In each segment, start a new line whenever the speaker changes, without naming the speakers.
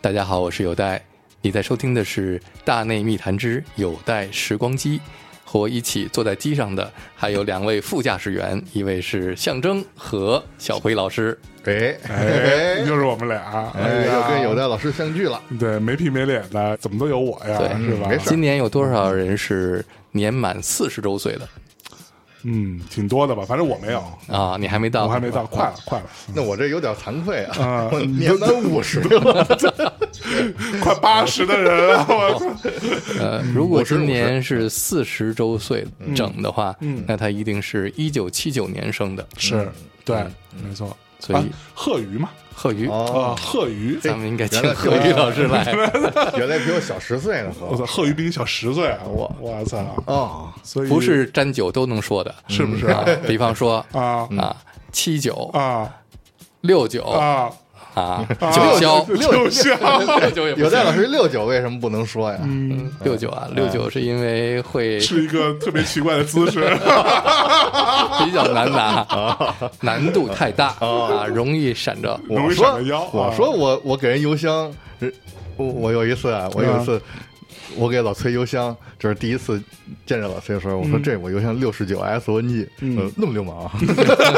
大家好，我是有代，你在收听的是《大内密谈之有代时光机》，和我一起坐在机上的还有两位副驾驶员，一位是象征和小辉老师。
哎
哎，又是我们俩，
哎，
呀
又跟有代老师相聚了。
对没皮没脸的，怎么都有我呀，
对
是吧
没？事
今年有多少人是年满四十周岁的
嗯，挺多的吧，反正我没有，
啊？你还没到，
我还没到，快了，快了，
那我这有点惭愧啊
啊，
我年满五 十了，
快八十的人啊，我操，
呃，如果
我是
今年是四十周岁整的话，那他一定是一九七九年生的。
是对，没错。
所以
啊贺鱼嘛，
贺鱼，
啊，
哦，哎
贺鱼，
咱们应该请
原来
贺鱼老师来。
原来比我小十岁呢，
我
呵
操，贺鱼比你小十岁啊，
我
我操，
哦，
所以
不是沾酒都能说的，
是不是
啊？比方说
啊
啊，七九、
啊
六九
啊？
啊，
啊
九霄、
九霄
六九也不
有
行
代老师六九为什么不能说呀？
嗯
六九啊，六九是因为会
是一个特别奇怪的姿势，
比较难拿， 难度太大啊，容易闪着。
容
我
易
说
闪个腰啊
我说我我给人邮箱，人我我有一次啊，我有一次。我给老崔邮箱，就是第一次见着老崔的时候，我
嗯
说这我邮箱六十九 S O N G，嗯，那么流氓啊！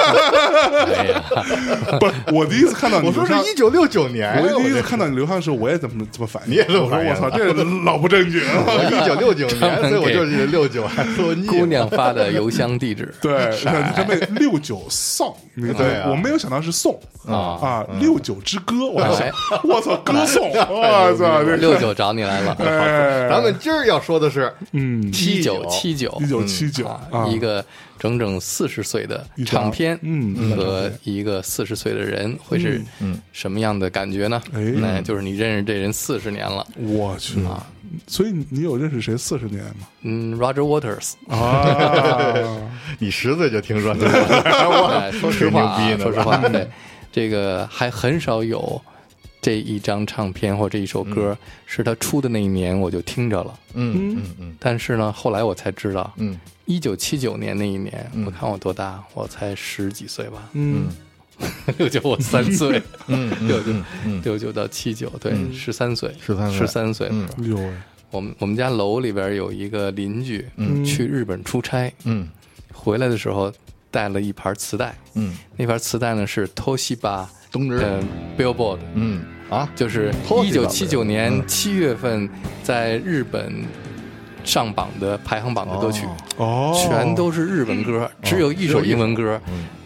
哎呀，
不是我第一次看到你
我说是
上
一九六九年哎呀，
我第一次
这
看到你流汗的时候，我也怎么怎么反应？
你也这么
我说
反应
我操，这老不正经。
我哦一九六九年，所以我就是六九 S O N G。
姑娘发的邮箱地 址，
对，他们六九送，你
对啊
我没有想到是送
啊
啊，六九之歌，我还
哎
想，我操，歌颂，我操，这
六九找你来了。
哎，
咱们今儿要说的是，
嗯，
七九七九
一九七九
啊，一个整整四十岁的
一张
唱片，
嗯嗯
和一个四十岁的人会是什么样的感觉呢？
哎
那就是你认识这人四十年了，
我去，所以你有认识谁四十年吗？
嗯，Roger Waters，
啊，
你十岁就听说这 个，
哎说实话
挺
啊，
牛逼的
说实话，对，这个还很少有这一张唱片或这一首歌是他出的那一年我就听着了，
嗯嗯嗯
但是呢，后来我才知道，
嗯，
一九七九年那一年，我看我多大，我才十几岁 吧，
嗯，
六九我三岁，
嗯嗯
六九
嗯
六九到七九，对，十三岁，
13岁
十三岁。
嗯
哎呦喂，
我们我们家楼里边有一个邻居，去日本出差，
嗯
回来的时候带了一盘磁带，
嗯
那盘磁带呢是 Toshiba
东芝
呃 Billboard，
嗯啊，
就是一
Toshiba
九七九年七月份在日本上榜的排行榜的歌曲。
哦
哦，
全都是日文歌，只有一首英文歌，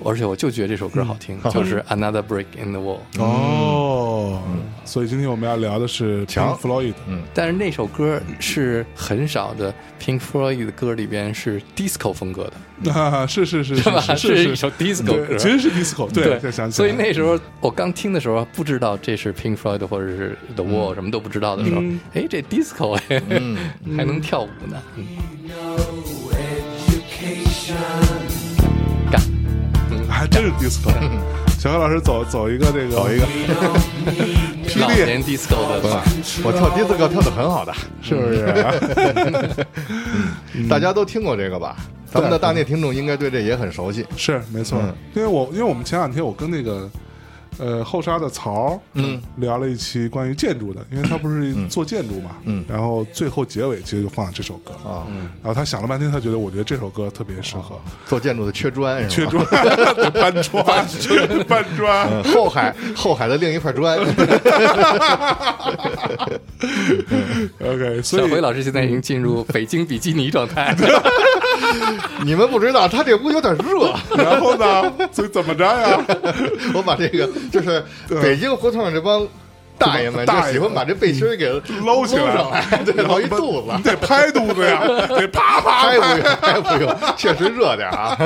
而且我就觉得这首歌好听，就是《Another Break in the Wall》。
哦，所以今天我们要聊的是
强
Pink Floyd，
嗯
但是那首歌是很少的，Pink Floyd 的歌里边是 disco 风格的，
啊，是是是
对吧？
是
嗯是一
是
首 disco
对
歌，
其实是 disco，对，现在想起
所
来
以那时候我刚听的时候不知道这是 Pink Floyd 或者是 The Wall 什么都不知道的时候
嗯，
哎，这 disco 哎
嗯，
还能跳舞呢，嗯
education.
干
还真是 disco。小何老师走走一个这个，
搞一个，
老
霹雳
年 disco 的吧。
我跳迪斯科跳的很好的，
是不是？
大家都听过这个吧？咱们的大内听众应该对这也很熟悉。
是没错
嗯，
因为我因为我们前两天我跟那个呃后沙的曹嗯聊了一期关于建筑的，因为他不是做建筑嘛，嗯，然后最后结尾其实就放了这首歌
啊，
然后他想了半天，他觉得我觉得这首歌特别适合
做建筑的缺砖是
缺
吧？
砖 搬砖搬砖，
嗯后海后海的另一块砖，
OK，所
小
以嗯
辉老师现在已经进入北京比基尼状态，
你们不知道，他这屋有点热。
然后呢，所以怎么着呀？
我把这个就是北京胡同这帮大爷们，就喜欢把这背心儿给
搂起来
上 来，对，老一肚子
你。得拍肚子呀，得啪啪
拍
拍
不。用，拍不用，确实热点 啊。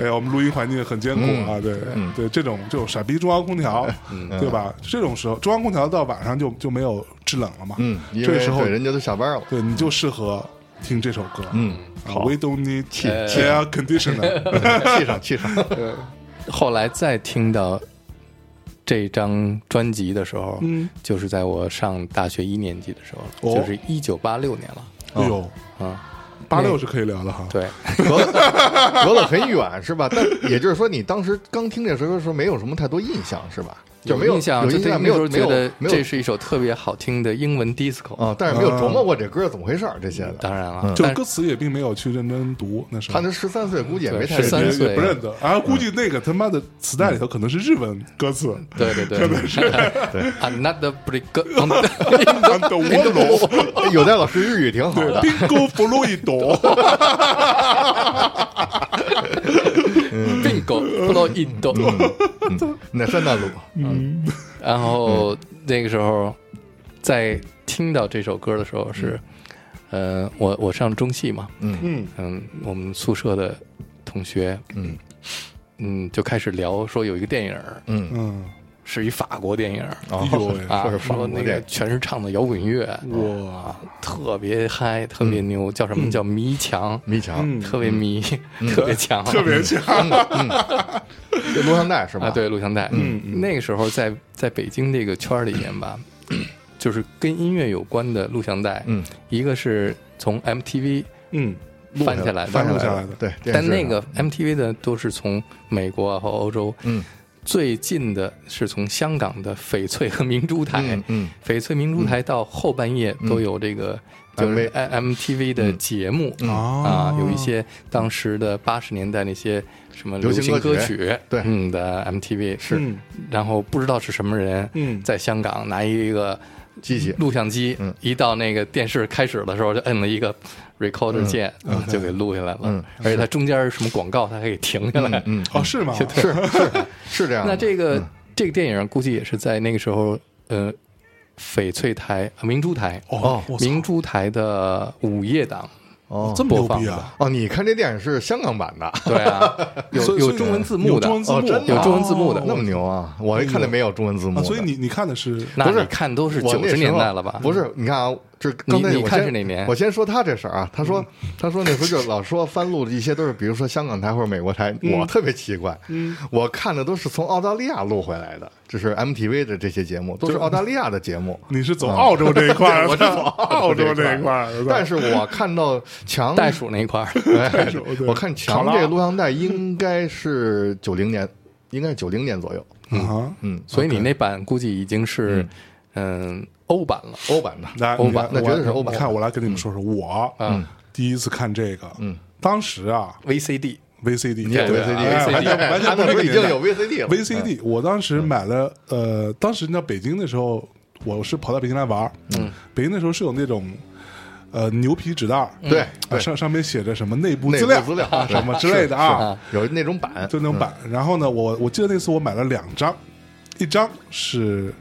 哎呀，我们录音环境很艰苦啊，对
嗯
对，这种这种傻逼中央空调，对吧？这种时候，中央空调到晚上就就没有制冷了嘛，
嗯，因
这
为
时候
对人家都下班了。
对你就适合听这首歌，嗯
好
，We don't need
气
air conditioner，
气上气上，
后来再听到这张专辑的时候，
嗯，
就是在我上大学一年级的时候，
哦
就是一九八六年了
哎呦，
啊。
八六是可以聊的哈，
对，
哦隔了隔了很远是吧？但也就是说，你当时刚听这首歌的时候，没有什么太多印象是吧？就没有
印象，
有
就
印
对
象
那时候
没
觉
有
得
没有
这是一首特别好听的英文 disco。
啊，但是没有琢磨过这歌怎么回事儿这些的。
当然了
嗯，
就
但
歌词也并没有去认真读，那时候
他那十三嗯岁，估计也没太
对13
也
岁
也不认得，然后估计那个他妈的磁带里头可能是日文歌 词，
对对对，可能是 another break on the
当的我懂，
有戴老师日语挺好
对
的，
，bingo 弗洛伊朵，
bingo blow it all。
那山大路，嗯
然后那个时候，在听到这首歌的时候是，呃，我我上中戏嘛，
嗯
嗯
嗯，我们宿舍的同学，
嗯
嗯，就开始聊说有一个电影儿
嗯，
嗯，
是一法国电影儿
哦
哎呦喂
啊
说是，法
说
国
那
电
个
影
全是唱的摇滚乐，啊
哇，
特别嗨，特别牛，叫什么叫迷墙，
迷墙，
嗯
特别迷，特别强，
特
嗯
别强，
这录像带是吧？
啊，，对，录像带。
嗯嗯
那个时候在在北京这个圈儿里面吧，就是跟音乐有关的录像带，
嗯，
一个是从 MTV
嗯
翻下来的，
翻
录
下
下
来
来
的
的，
对，电
但
视啊
那
上
个 MTV 的都是从美国啊和欧洲，
嗯
最近的是从香港的翡翠和明珠台
嗯，嗯
翡翠明珠台到后半夜都有这个
嗯
就是呃
MV
M MTV 的节目
嗯
啊，有一些当时的八十年代那些什么
流
流
行
行
歌
歌
曲
曲，
对
嗯的 MTV
是
嗯
然后不知道是什么人，
嗯
在香港拿一个
机器，
录像机
嗯，
一到那个电视开始的时候就摁了一个 recorder 键，啊就给录下来
嗯
了。而且它中间什么广告，它还给停下来。
嗯，
哦是 吗？
是是是这样的。
那这个这个电影估计也是在那个时候，呃，翡翠台、呃明珠台、
哦，我操
明珠台的午夜档
哦
这么牛
播放
逼
的
啊！
哦，你看这电影是香港版的，
对 啊，有
所以
有
所以
中文字幕
有
的
中，文字
哦
幕，
真的啊
有中文字幕的哎
那么牛啊！我一看那没有中文字幕
啊，
的，
所以你你看的是
那
不是
你看都是
我
九
那时
十
候
年代了吧？
不是，你看啊，这刚才
你
我
你看
先
是哪年嗯
我先说他这事儿啊，他说他说那时候就老说翻录的一些都是，比如说香港台或者美国台，
嗯
我特别奇怪，我看的都是从澳大利亚录回来的，就是 MTV 的这些节目都是澳大利亚的节目。
你是走澳洲这一块儿，
嗯我是从
澳洲
这
这一块儿，我操
但是我看到墙
袋鼠那一块儿，
袋
鼠哦对
我看
考
墙
拉
这个录像带应该是九零年，应该是九零年左右，
啊，
嗯，
所以你那版估计已经是嗯欧版了。
欧版的，
来，
欧
你
版
来
那
我
绝对是欧版
你看，我来跟你们说说我，
嗯，
第一次看这个，嗯，当时啊
VCD，
，VCD，
你也
对啊
VCD，
哎完全完全
他
不
那时候
是那
已
个
经
年代
有嗯 VCD 了
VCD，我当时买了，呃，当时你知道北京的时候，我是跑到北京来玩儿，嗯，北京那时候是有那种，呃，牛皮纸袋儿，
对
啊
对
上上面写着什么内部
内
资
部
料、
资料
什 么之类的啊，
有那种版，
就那种版。
嗯
然后呢，我我记得那次我买了两张，一张是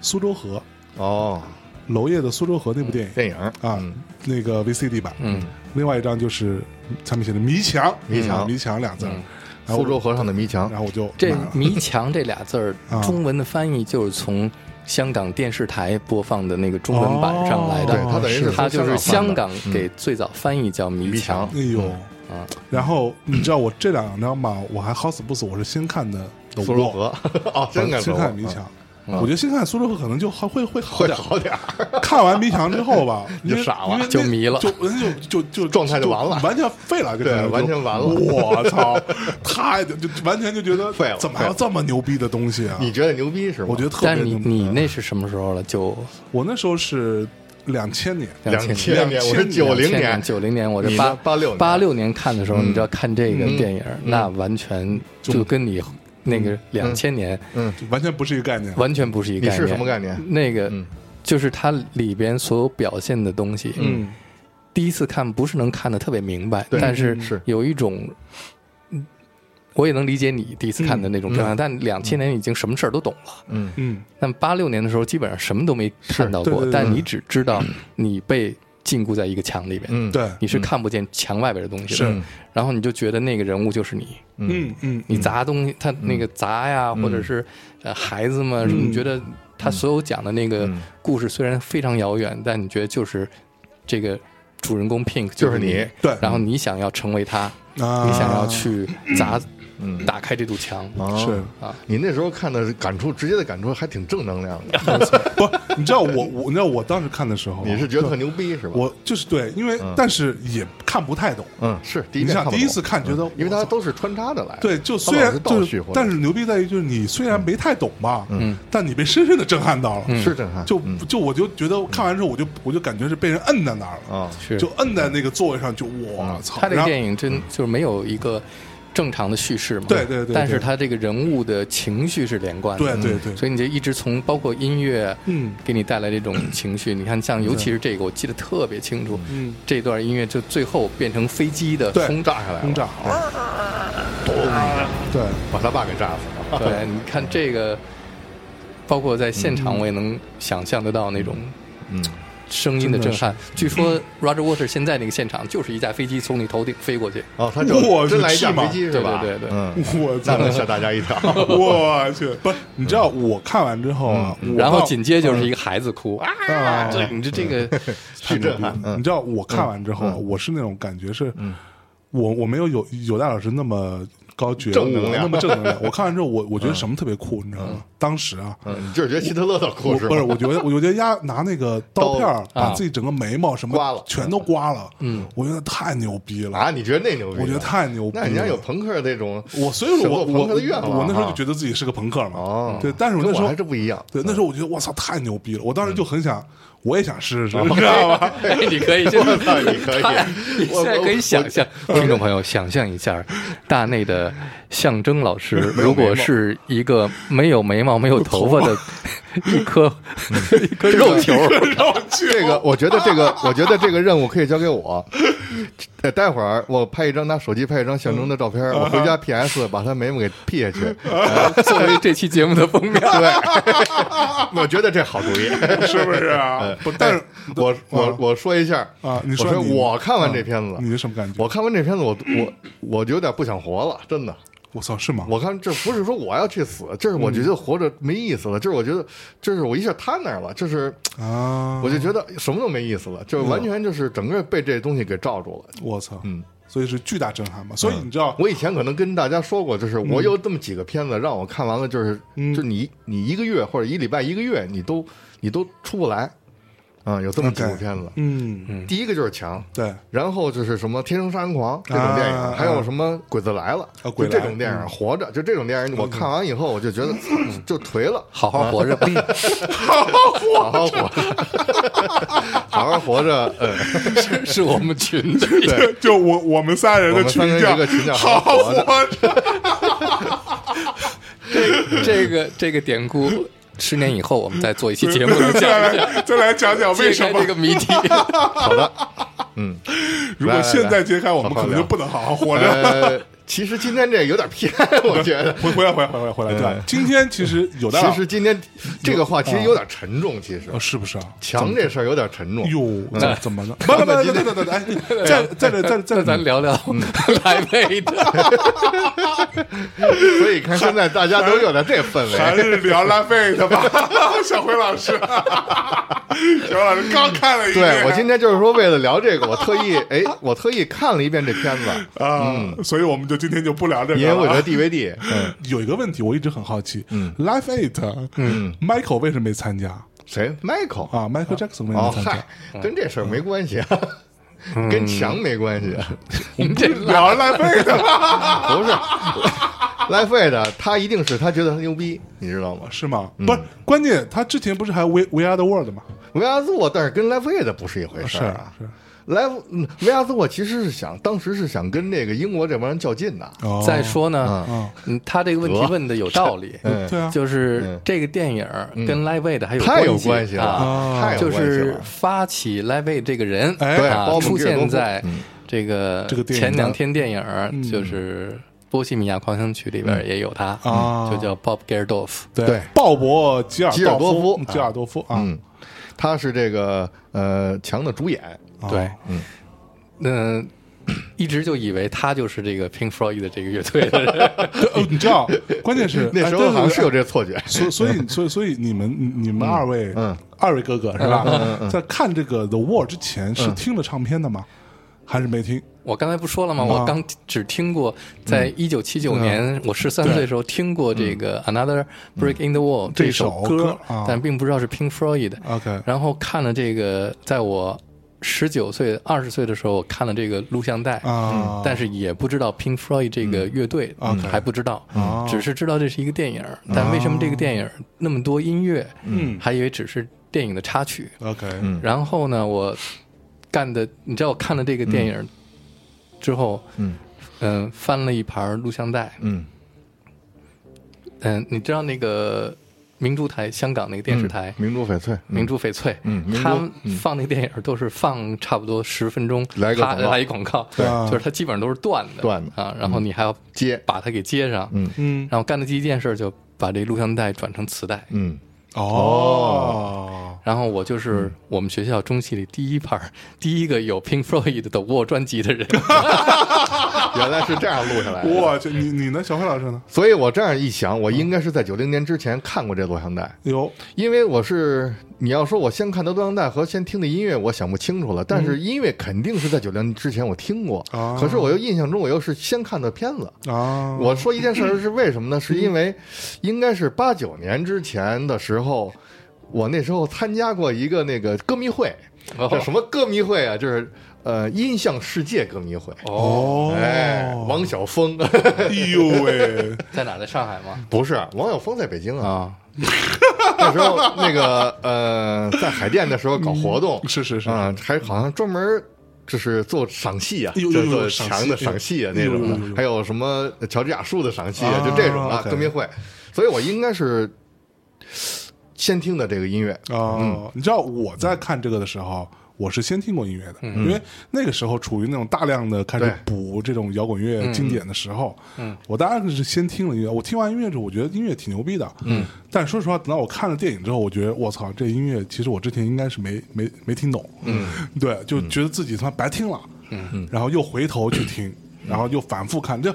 苏州河
哦，
娄烨的《苏州河》那部电影
电影
啊
嗯，
那个 VCD 版，嗯，另外一张就是上面写的“迷墙”，
迷墙嗯
啊迷墙两字儿，然后
苏
我
州，嗯河上的迷墙
然，后我就
这
买了
“迷墙”这俩字
啊
儿，中文的翻译就是从香港电视台播放的那个中文版上来
哦对
的。
它等于
哦是
它
它
就是香港
嗯
给最早翻译叫“迷墙
哎呦
啊！
然后你知道我这两张吧，我还好死不死，我是先看的《
苏州河， 哦，真敢
先
说
看迷墙。我觉得先看苏州河可能就还会会
嗯
好
会
点儿。
好点儿，
看完迷墙之 后吧，
你就
因为
傻了
因为那
就迷了
就嗯就就就
状态就完了
完全废了，这个
对
人就
完全完了
我操，太就就完全就觉得
废了
怎么还有
废
这么牛逼的东西啊？
你觉得牛逼是吗？
我觉得特
但是
别
你
牛逼。
你那是什么时候了？就
我那时候是两千年，
两
两千年，
年
我是九零年，
九零年，我这
你呢
八
86年嗯
八六年看的时候，你知道看这个电影，那完全就跟你那
嗯
个两千年
就完全不是一个概念。
完全不是一个概念。
你是什么概念
那个
嗯
就是它里边所有表现的东西，
嗯，
第一次看不是能看得特别明白，
对
但是
嗯是
有一种，嗯我也能理解你第一次看的那种状态。但两千年已经什么事儿都懂了，
嗯
嗯，
但八六年的时候基本上什么都没看到过，
是对对对
但你只知道你被禁锢在一个墙里边，
嗯，
对，
你是看不见墙外边的东西的。
是
然后你就觉得那个人物就是你，
嗯嗯，
你砸东西，他那个砸呀，或
嗯
者是呃孩子们，你觉得他所有讲的那个
嗯
故事虽然非常遥远，但你觉得就是这个主人公 Pink
就是
是
你
你，
对
然后你想要成为他，
啊
你想要去砸
嗯
打开这堵墙。
啊
是
啊，
你那时候看的感触，直接的感触还挺正能量的。
不，你知道我我你知道我当时看的时候啊，
你是觉得特
对
牛逼是吧？
我就是对，因为但是也看不太懂，
嗯，是第一
你
遍
想
看不
第一
懂嗯
次看觉得
因为
我
它
操
都是穿插的来的，
对，就
它
虽
老
然
倒
就
叙
是
或，者
但是牛逼在于就是你虽然没太懂吧，嗯，但你被深深的震撼到了，
是震撼，
就
嗯
就我就觉得看完之后，我就我就感觉是被人摁在那儿了，
啊，
是
就摁在那个座位上，就
嗯
我操，
他这个
然后嗯
电影真就是没有一个正常的叙事嘛，
对对对对
但是他这个人物的情绪是连贯的，嗯
对对对
所以你就一直从包括音乐，
嗯
给你带来这种情绪。你看，像尤其是这个，我记得特别清楚，
嗯，
这段音乐就最后变成飞机的
对
轰炸下来了，
轰炸，
啊
对，
把他爸给炸死了。
对，你看这个，包括在现
嗯
场，我也能想象得到那种
嗯，
声音的震撼。据
嗯
说 Roger Waters 现在那个现场就是一架飞机从你头顶飞过去，
哦，他就
哇
真来一
是
架
吗
飞机是
对
吧？
对对对
嗯，
我
那
操，
能吓大家一 跳。
我去，不是，你知道我看完之后啊，
嗯
我
然后
到
紧接着就是一个孩子哭啊，
啊
这你这这个
巨震撼，
你知道我看完之后
嗯
啊，我是那种感觉是，我我没有有有大老师那么高觉悟啊
正，能量嗯
那么正能 量。我看完之后，我我觉得什么特别酷，你知道吗？当时啊，
嗯，你就是觉得希特勒的
我
故事
不是，我觉得我觉得丫拿那个刀片儿
刀啊
把自己整个眉毛什么
刮了
全都刮了，嗯，我觉得太牛逼了，
啊？你觉得那牛逼？
我觉得太牛逼了。
那人家有朋克那种，
我，所以说我
有朋
我
克的愿望啊。
我那时候就觉得自己是个朋克嘛
哦，，
对，但是我
跟
那时候
还嗯真不一样。
对那时候我觉得我操太牛逼了，我当时就很想，我也想试
哦
试，你知道吧？
哎，你可以，现
我
在
操，你可以
太，你
我
现在可以想，象，听众朋友想象一下，大内的象征老师，如果是一个没有眉毛、没有头发的 一颗 一颗肉球，
这个，我觉得这个，我觉得这个任务可以交给我。呃待会儿我拍一张拿手机拍一张象征的照片，我回
嗯
家 PS 把他眉毛给 P 下去。
作为这期节目的封面，
对，我觉得这好主意。
是不是啊？不，但是
我我我说一下
啊你
哎我
说
说
你啊
我看完这片子，
你是什么感觉？
我看完这片子，我我我就有点不想活了，真的。
我操，是吗？
我看这不是说我要去死，就是我觉
嗯
得活着没意思了，就是我觉得，就是我一下瘫那儿了，就是
啊，
我就觉得什么都没意思了，就是
嗯
完全就是整个被这东西给罩住了。
我操，
嗯，
所以是巨大震撼嘛。所以你知道，
我以前可能跟大家说过，就是
嗯
我有这么几个片子让我看完了，就是、就你你一个月或者一礼拜一个月，你都你都出不来，啊、有这么几部
OK
片子。
嗯，嗯
第一个就是强，
对，
然后就是什么《天生杀人狂》这种电影，
啊
还有什么《鬼子来了》
啊鬼
就
来嗯
这种电影，活着》就这种电影，我看完以后我就觉得嗯就颓了，
好好活着吧。
好好活着， 好好活着，呃，
是是我们群的，
就我我们三人
我
的
们三个
群
人
架
一个，群叫
好
好活着，
活着，，
这个这个典故，十年以后我们再做一期节目讲
再
一
来
下
再来讲讲
揭
为什
开
么
这？个谜题。
如
来
果
来
现在
来
揭开，我们
好
可
好
能
聊
就不能好好活着。
呃，其实今天这有点偏，我觉得。
回回来，回来，回来，回来！对
嗯
吧，今天其实有的
其实今天这个话题有点沉重，其实
啊，是不是啊？
强这事儿有点沉重。
哟，怎怎么了？不不不不不不不，哎，在在这在这
那咱聊聊莱妹的，
所以看现在大家都有点这氛
还
围。
是聊拉菲的吧，小辉老师，小辉老师刚看了一遍，
对我今天就是说为了聊这个，我特意哎，我特意看了一遍这片子，
啊，所以我们就今天就不聊这个了啊。
因为我觉得 DVD，嗯，
有一个问题，我一直很好奇，嗯，Life Eight，嗯，Michael 为什么没参加
谁？Michael
啊？Michael 嗯 Jackson 为什么
哦，
没参加
嗨？，跟这事儿没关系啊，跟墙没关系啊，
你这
嗯聊 Life Eight
不是。来费的，他一定是他觉得他牛逼，你知道吗？
是吗？
嗯
不是，关键他之前不是还 We We Are the World 吗？
维阿兹沃，但是跟莱费的不是一回事儿啊。
是
莱夫嗯维阿兹沃其实是想，当时是想跟这个英国这帮人较劲的。
哦
再说呢
嗯，
嗯，他这个问题问的有道理，
嗯
对啊，
就是这个电影儿跟 Live Aid 还有
太有
关
关系
啊，
了，太有
就
关系
是
了。
发起 Live Aid 这个人
哎
对
啊
包括
出
吉尔多
现
夫
在这个
这个电影
前
的
两天电影儿就是《波西米亚狂想曲》里边也有他
啊
就叫 Bob Geldof。
对
对
鲍勃吉尔
吉尔多
夫
夫
吉尔多夫啊，
嗯，他是这个呃强的主演，
啊
对，嗯，一直就以为他就是这个 Pink Floyd 的这个乐队的人，
对哦你知道，关键是
那时
哎
候
对
好像
对
是有这错觉。
所所以所以所以你们你们二位，
嗯
二位哥哥是吧？在看这个《The War》之前是听了唱片的吗？还是没听？
我刚才不说了吗？
嗯
我刚只听过，在一九七九年我十三岁的时候听过这个《Another Break in the Wall》
嗯这
首
首
歌
歌啊，
但并不知道是 Pink Floyd 的。
OK，
然后看了这个，在我十九岁、二十岁的时候，我看了这个录像带，
嗯
啊，
但是也不知道 Pink Floyd 这个乐队，
嗯
还不知道，
哦
只是知道这是一个电影。但为什么这个电影那么多音乐？
啊嗯
还以为只是电影的插曲。
，OK，
嗯
然后呢，我干的，你知道，我看了这个电影之后，
嗯
嗯、翻了一盘录像带，
嗯
嗯、你知道那个明珠台，香港那个电视台。
明珠翡翠，嗯
明珠翡翠，
嗯明珠
他们放那个电影都是放差不多十分钟，
来一个
啪
广告
来一广告，
对啊
就是它基本上都是断的，
断的嗯
啊，然后你还要
接
把它给接上，
嗯
嗯，
然后干的第一件事就把这录像带转成磁带，
嗯
哦，
然后我就是我们学校中戏里第一盘儿、第一个有 Pink Floyd 的 Wall 专辑的 人。
原来是这样录下来 的。
我去，你你呢，小辉老师呢？
所以我这样一想，我应该是在九零年之前看过这录像带，
有
因为我是你要说我先看的录像带和先听的音乐，我想不清楚了。但是音乐肯定是在九零之前我听过，
嗯啊
可是我又印象中我又是先看的片子。
啊，
我说一件事儿是为什么呢？是因为应该是八九年之前的时候，我那时候参加过一个那个歌迷会，
哦
叫什么歌迷会啊？就是呃音像世界歌迷会。
哦，
哦，
哎，王晓峰
哎呦喂，
在哪儿？在上海吗？
不是王晓峰在北京啊，
啊，
那时候那个呃在海淀的时候搞活动，
是是是，
啊，还好像专门就是做赏析啊，
哎呦
就是
呦呦
做
赏
强
析
的
哎呦
赏析啊
哎
那
呦
种
呦呦呦
的，还有什么乔治亚树的赏析啊，
啊
就这种啊
OK
歌迷会，所以我应该是先听的这个音乐，
哦，你知道我在看这个的时候，我是先听过音乐的，因为那个时候处于那种大量的开始
对
补这种摇滚乐经典的时候，嗯，我当然是先听了音乐。我听完音乐之后，我觉得音乐挺牛逼的，嗯，但说实话，等到我看了电影之后，我觉得我操，这音乐其实我之前应该是没没没听懂，嗯，对，就觉得自己他妈白听了，嗯，然后又回头去听。然后又反复看，就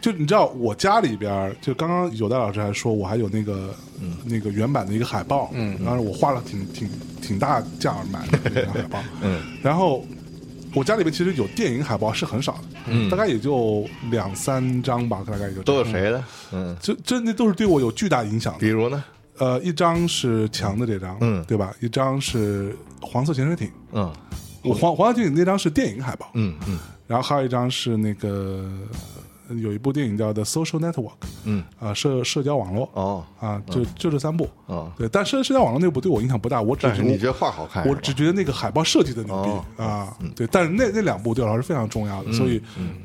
就你知道，我家里边儿就刚刚有戴老师还说，我还有那个、那个原版的一个海报，嗯，当时我花了挺挺挺大价儿买的那个海报，嗯，然后我家里边其实有电影海报是很少的，嗯，大概也就两三张吧，大概也就这
都
样
有？谁的？嗯，
这真的都是对我有巨大影响的
比。如呢？
呃，一张是强的这张，
嗯
对吧？一张是黄色潜水艇，
嗯
我黄黄色潜水艇那张是电影海报，
嗯嗯
然后还有一张是那个呃有一部电影叫《The Social Network》，
嗯，
啊，社社交网络，
哦
啊，就就这三部，
哦，
对，但社社交网络那部对我影响不大，我只
但是
哎我
你觉得画好看是
我
吧？
只觉得那个海报设计的牛
哦嗯
逼啊，对，但是那那两部对我来说是非常重要的，所以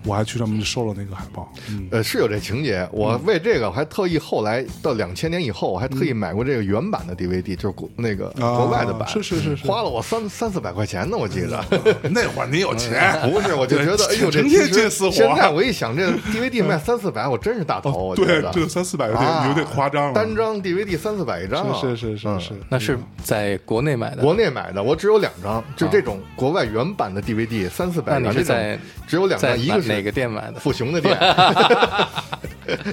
我还去专门收了那个海报。嗯，
呃，是有这情节，
嗯
我为这个还特意后来到两千年以后，我还特意买过这个原版的 DVD，就是国那个
啊
国外的版，嗯
是是是是
花了我三三四百块钱呢，我记得。 嗯
那会儿你有钱，
不是，我就觉 得，哎呦，这
成天
其实
接私活
现在我一想， 这 DVD 卖三四百，我真是大头，我觉
啊哦对
得，
这个三四百有
哦啊
点有点夸张了。
单张 DVD 三四百一张啊，
是是是是是，
那是在国内买的。
国内买的，我只有两张，就这种国外原版的 DVD 三四
哦那
百，
你是在
只有两
在
张，一个
哪
是
个店买的？
富雄的店。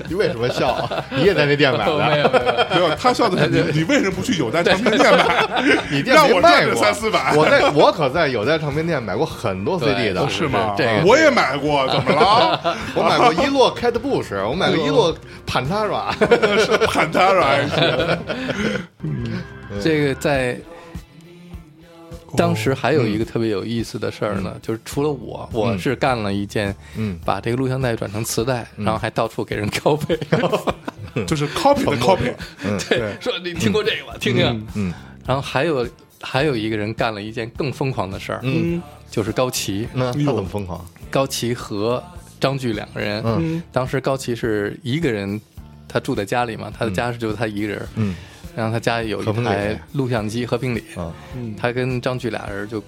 你为什么笑啊？你也在那店买
哦没有
的？
没有，
没有他笑的是你，你为什么不去友代唱片店买？
你店
让
没
我
卖
赚这
过
三四百，
我在我可在有在唱片店买过很多
对
CD 的，
是
是吗？
这个
啊我也买过，怎么了？啊
我买过一洛开的布什，我买过一洛潘塔软。
是喊他来是
这个在
哦
当时还有一个特别有意思的事儿呢，就是除了我，我是干了一件，
嗯
把这个录像带转成磁带，然后还到处给人拷贝，
就是 copy 的 copy，
对，说你听过这个吧，听听，嗯，然后还有还有一个人干了一件更疯狂的事儿，
嗯，
就是高旗，
那他怎么疯狂？啊
高旗和张炬两个人，
嗯
当时高旗是一个人，他住在家里嘛，他的家是就他一个人，
嗯，
然后他家里有
和
一
平里
台录像机，和平里，
啊，
他跟张炬俩人就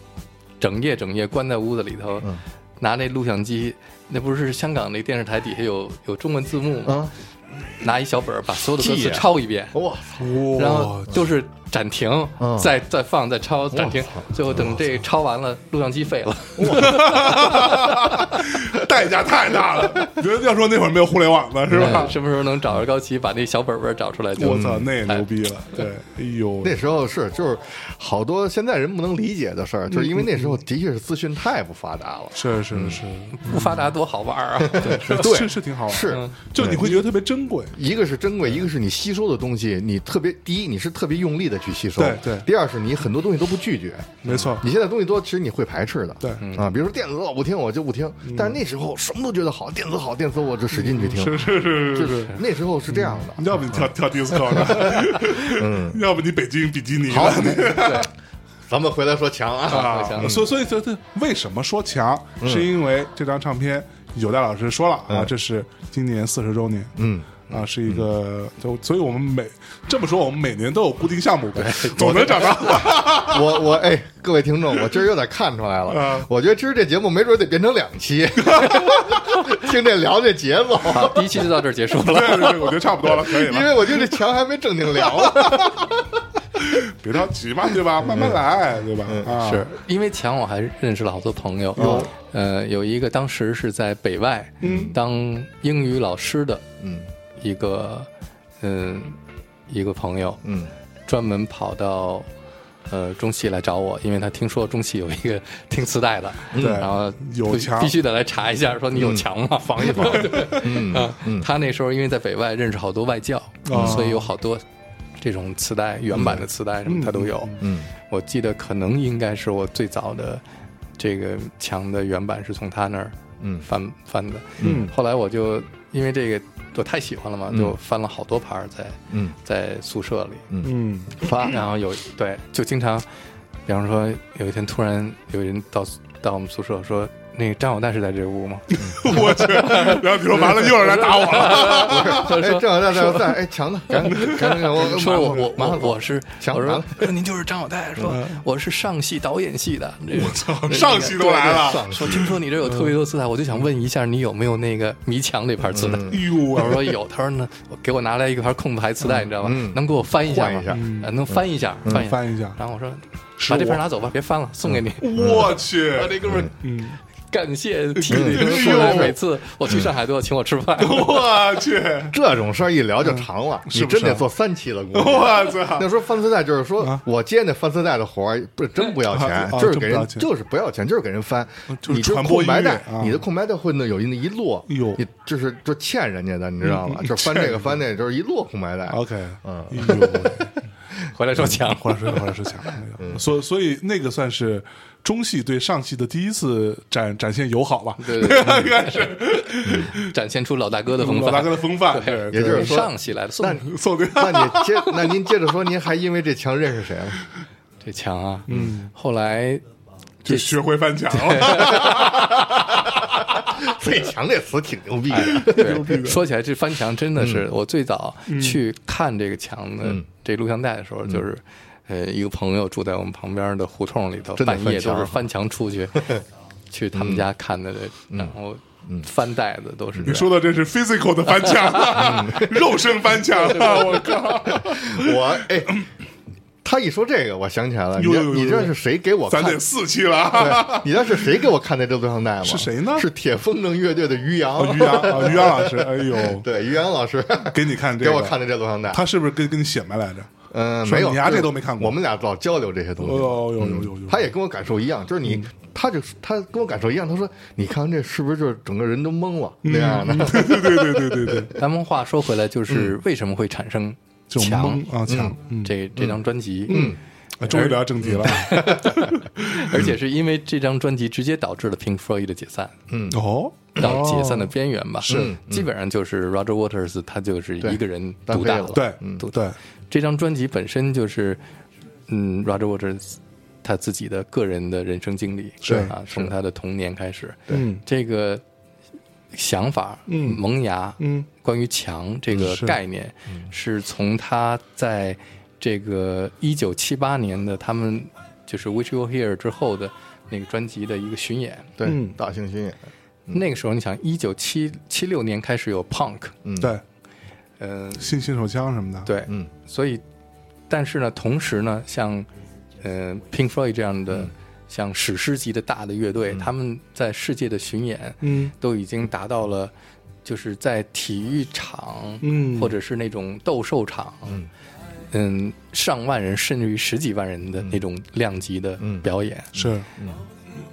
整夜整夜关在屋子里头，
嗯
拿那录像机，那不是香港那电视台底下有有中文字幕吗？
啊，
拿一小本儿把所有的歌
屁
词
呀
抄一遍，
哇，嗯
然
哇
后，就是暂停，再再放，再抄，暂停，最后等这抄完了，录像机废了。
代价太大了。 觉得要说那会儿没有互联网呢，是吧？
哎什么时候能找着高奇，把那小本本找出来就？
我操，那也牛逼了！对，哎呦，
那时候是就是好多现在人不能理解的事儿，就是因为那时候的确是资讯太不发达了。
是是是，
不发达多好玩啊！
对，是是挺好玩，
是
就你会觉得特别珍贵。
一个是珍贵，一个是你吸收的东西，你特别第一，你是特别用力的去吸收。
对对。
第二是你很多东西都不拒绝，
没错。
你现在东西多，其实你会排斥的。
对
啊，比如说电子我不听，我就不听。但是那时候什么都觉得好，电子好，电子我就使劲去听。
是是是
就是是
是，
那时候是这样的。
要不你跳跳 disco 呢？嗯，要不你北京比基尼呢？
好， 对，咱们回来说强啊，
啊
我想，
所以所以所以所以为什么说强？是因为这张唱片，有戴老师说了啊，这是今年四十周年，嗯。啊，是一个，就所以我们每这么说，我们每年都有固定项目呗，哎总能找到。
我我哎，各位听众，我今儿有点看出来了，我觉得今儿这节目没准得变成两期，听这聊这节奏，
好，第一期就到这儿结束
对
了。
对对，我觉得差不多了，可以
因
了，
为我觉得这强还没正经聊呢。
别着急嘛，对吧？慢慢来，对吧？啊，
是因为强，我还认识了好多朋友。呃，有一个当时是在北外，嗯，当英语老师的，嗯，一个，嗯，一个朋友，
嗯，
专门跑到呃中戏来找我，因为他听说中戏有一个听磁带的，对然后
有
必
墙
必须得来查一下，说你有墙吗？防一防。对， 嗯，哦他那时候因为在北外认识好多外教，所以有好多这种磁带原版的磁带什么他都有。嗯，我记得可能应该是我最早的这个墙的原版是从他那儿嗯翻翻的。嗯，后来我就因为这个我太喜欢了嘛，就翻了好多盘儿在
嗯
在宿舍里。
嗯，
发，然后有对，就经常，比方说有一天突然有人到到我们宿舍说，那个张小蛋是在这屋吗？
我去，然后你说完了，又有人来打我了，
他
哎，
说
正好在在在，哎，强子，赶紧赶紧，我
说我
马
我
上马
我
上
我是
想
我
完
说
了
说您就是张小蛋，说我是上戏导演系的，我操
上戏都来了。
说听说你这有特别多磁带，我就想问一下你有没有那个迷墙这盘磁带？
哎呦
我
喂，
说有，他说呢，我给我拿来一盘空白磁带，你知道吗？能给我翻一下
换
吗
一下？
呃能翻一下，翻一下。
嗯翻一下，
然后我说
是
把这盘
我
拿走吧，别翻了，送给你。
我去，
我这哥们儿，
嗯，
感谢替你
嗯
后来每次我去上海都要请我吃饭。
我去，
这种事儿一聊就长了，
是
你
不是
真得做三期了，估 计。
我操，
那时候翻磁带就是说，我接那翻磁带的活儿不是真不要
啊
钱，
啊
就是给
真不要
人
钱
就是不要钱，就是给人翻
啊。就是
你这
传播
空白
音乐
带
啊，
你的空白带会呢有一一摞，
哎呦
你就是就欠人家的，你知道
嗯
吗？就翻这个翻那个，就是一摞空白带。
OK，嗯，哎呦喂，
回来说强，
或者是或者是强，
嗯
所所以那个算是中戏对上戏的第一次展展现友好吧，
对对对，
应该是
展现出老大哥的风
嗯老大哥
范，
的风范，对，
也就是说
上戏来了。送
那
你
送对，
那你接，那您接着说，您还因为这墙认识谁了？
这强啊，嗯，后来
就学会翻墙了，
最强这词挺牛逼的，
哎
对，说起来这翻墙真的是我最早去看这个墙的这录像带的时候，就是。呃，一个朋友住在我们旁边的胡同里头，
真的
半夜
翻墙
都是翻墙出去，去他们家看的这，然后翻带子都是这
你
样。
说的这是 physical 的翻墙，啊 肉身翻墙，啊我靠，
我哎，他一说这个，我想起来了，你
呦
知
呦
道
呦
你知道是谁给我
咱
看
得四期了 啊，
对，你知道是谁给我看的这录像带吗？
是谁呢
是铁风筝乐队的于洋。
于洋啊，于洋老师，哎呦，
对，于洋老师
给你看这
给
个，
我看的这录像带。
他是不是跟跟你显摆来着？
嗯，
说
没有，
你丫
就是
这都没看过
我们俩老交流这些东
哦嗯
西，
呦呦呦呦呦，
他也跟我感受一样，就是你，他就他跟我感受一样，他说：“你看完这是不是就是整个人都懵了
嗯
那样的？”
对 对对对对对对，
咱们话说回来，就是为什么会产生
这种
强
懵啊强，嗯，
这这张专辑？嗯，
啊终于聊到正题了，
而且是因为这张专辑直接导致了 Pink Floyd 的解散，
哦，
到解散的边缘吧。是，基本上就是 Roger Waters 他就是一个人独大
单飞了
对
独大。
嗯对，
这张专辑本身就是，嗯，Roger Waters 他自己的个人的人生经历，
是
啊，从他的童年开始，
嗯
这个想法，嗯，萌芽，嗯，关于强这个概念，是从他在这个一九七八年的他们就是《Wish You Were Here》之后的那个专辑的一个巡演。
对
嗯，
大猩猩眼，
那个时候，你想，一九七七六年开始有 Punk，
嗯
对，
嗯、
新新手枪什么的，
对，
嗯，
所以但是呢，同时呢，像呃 Pink Floyd 这样的、像史诗级的大的乐队，他们在世界的巡演，
嗯，
都已经达到了，就是在体育场，
嗯
或者是那种斗兽场，嗯。上万人甚至于十几万人的那种量级的表演，
是，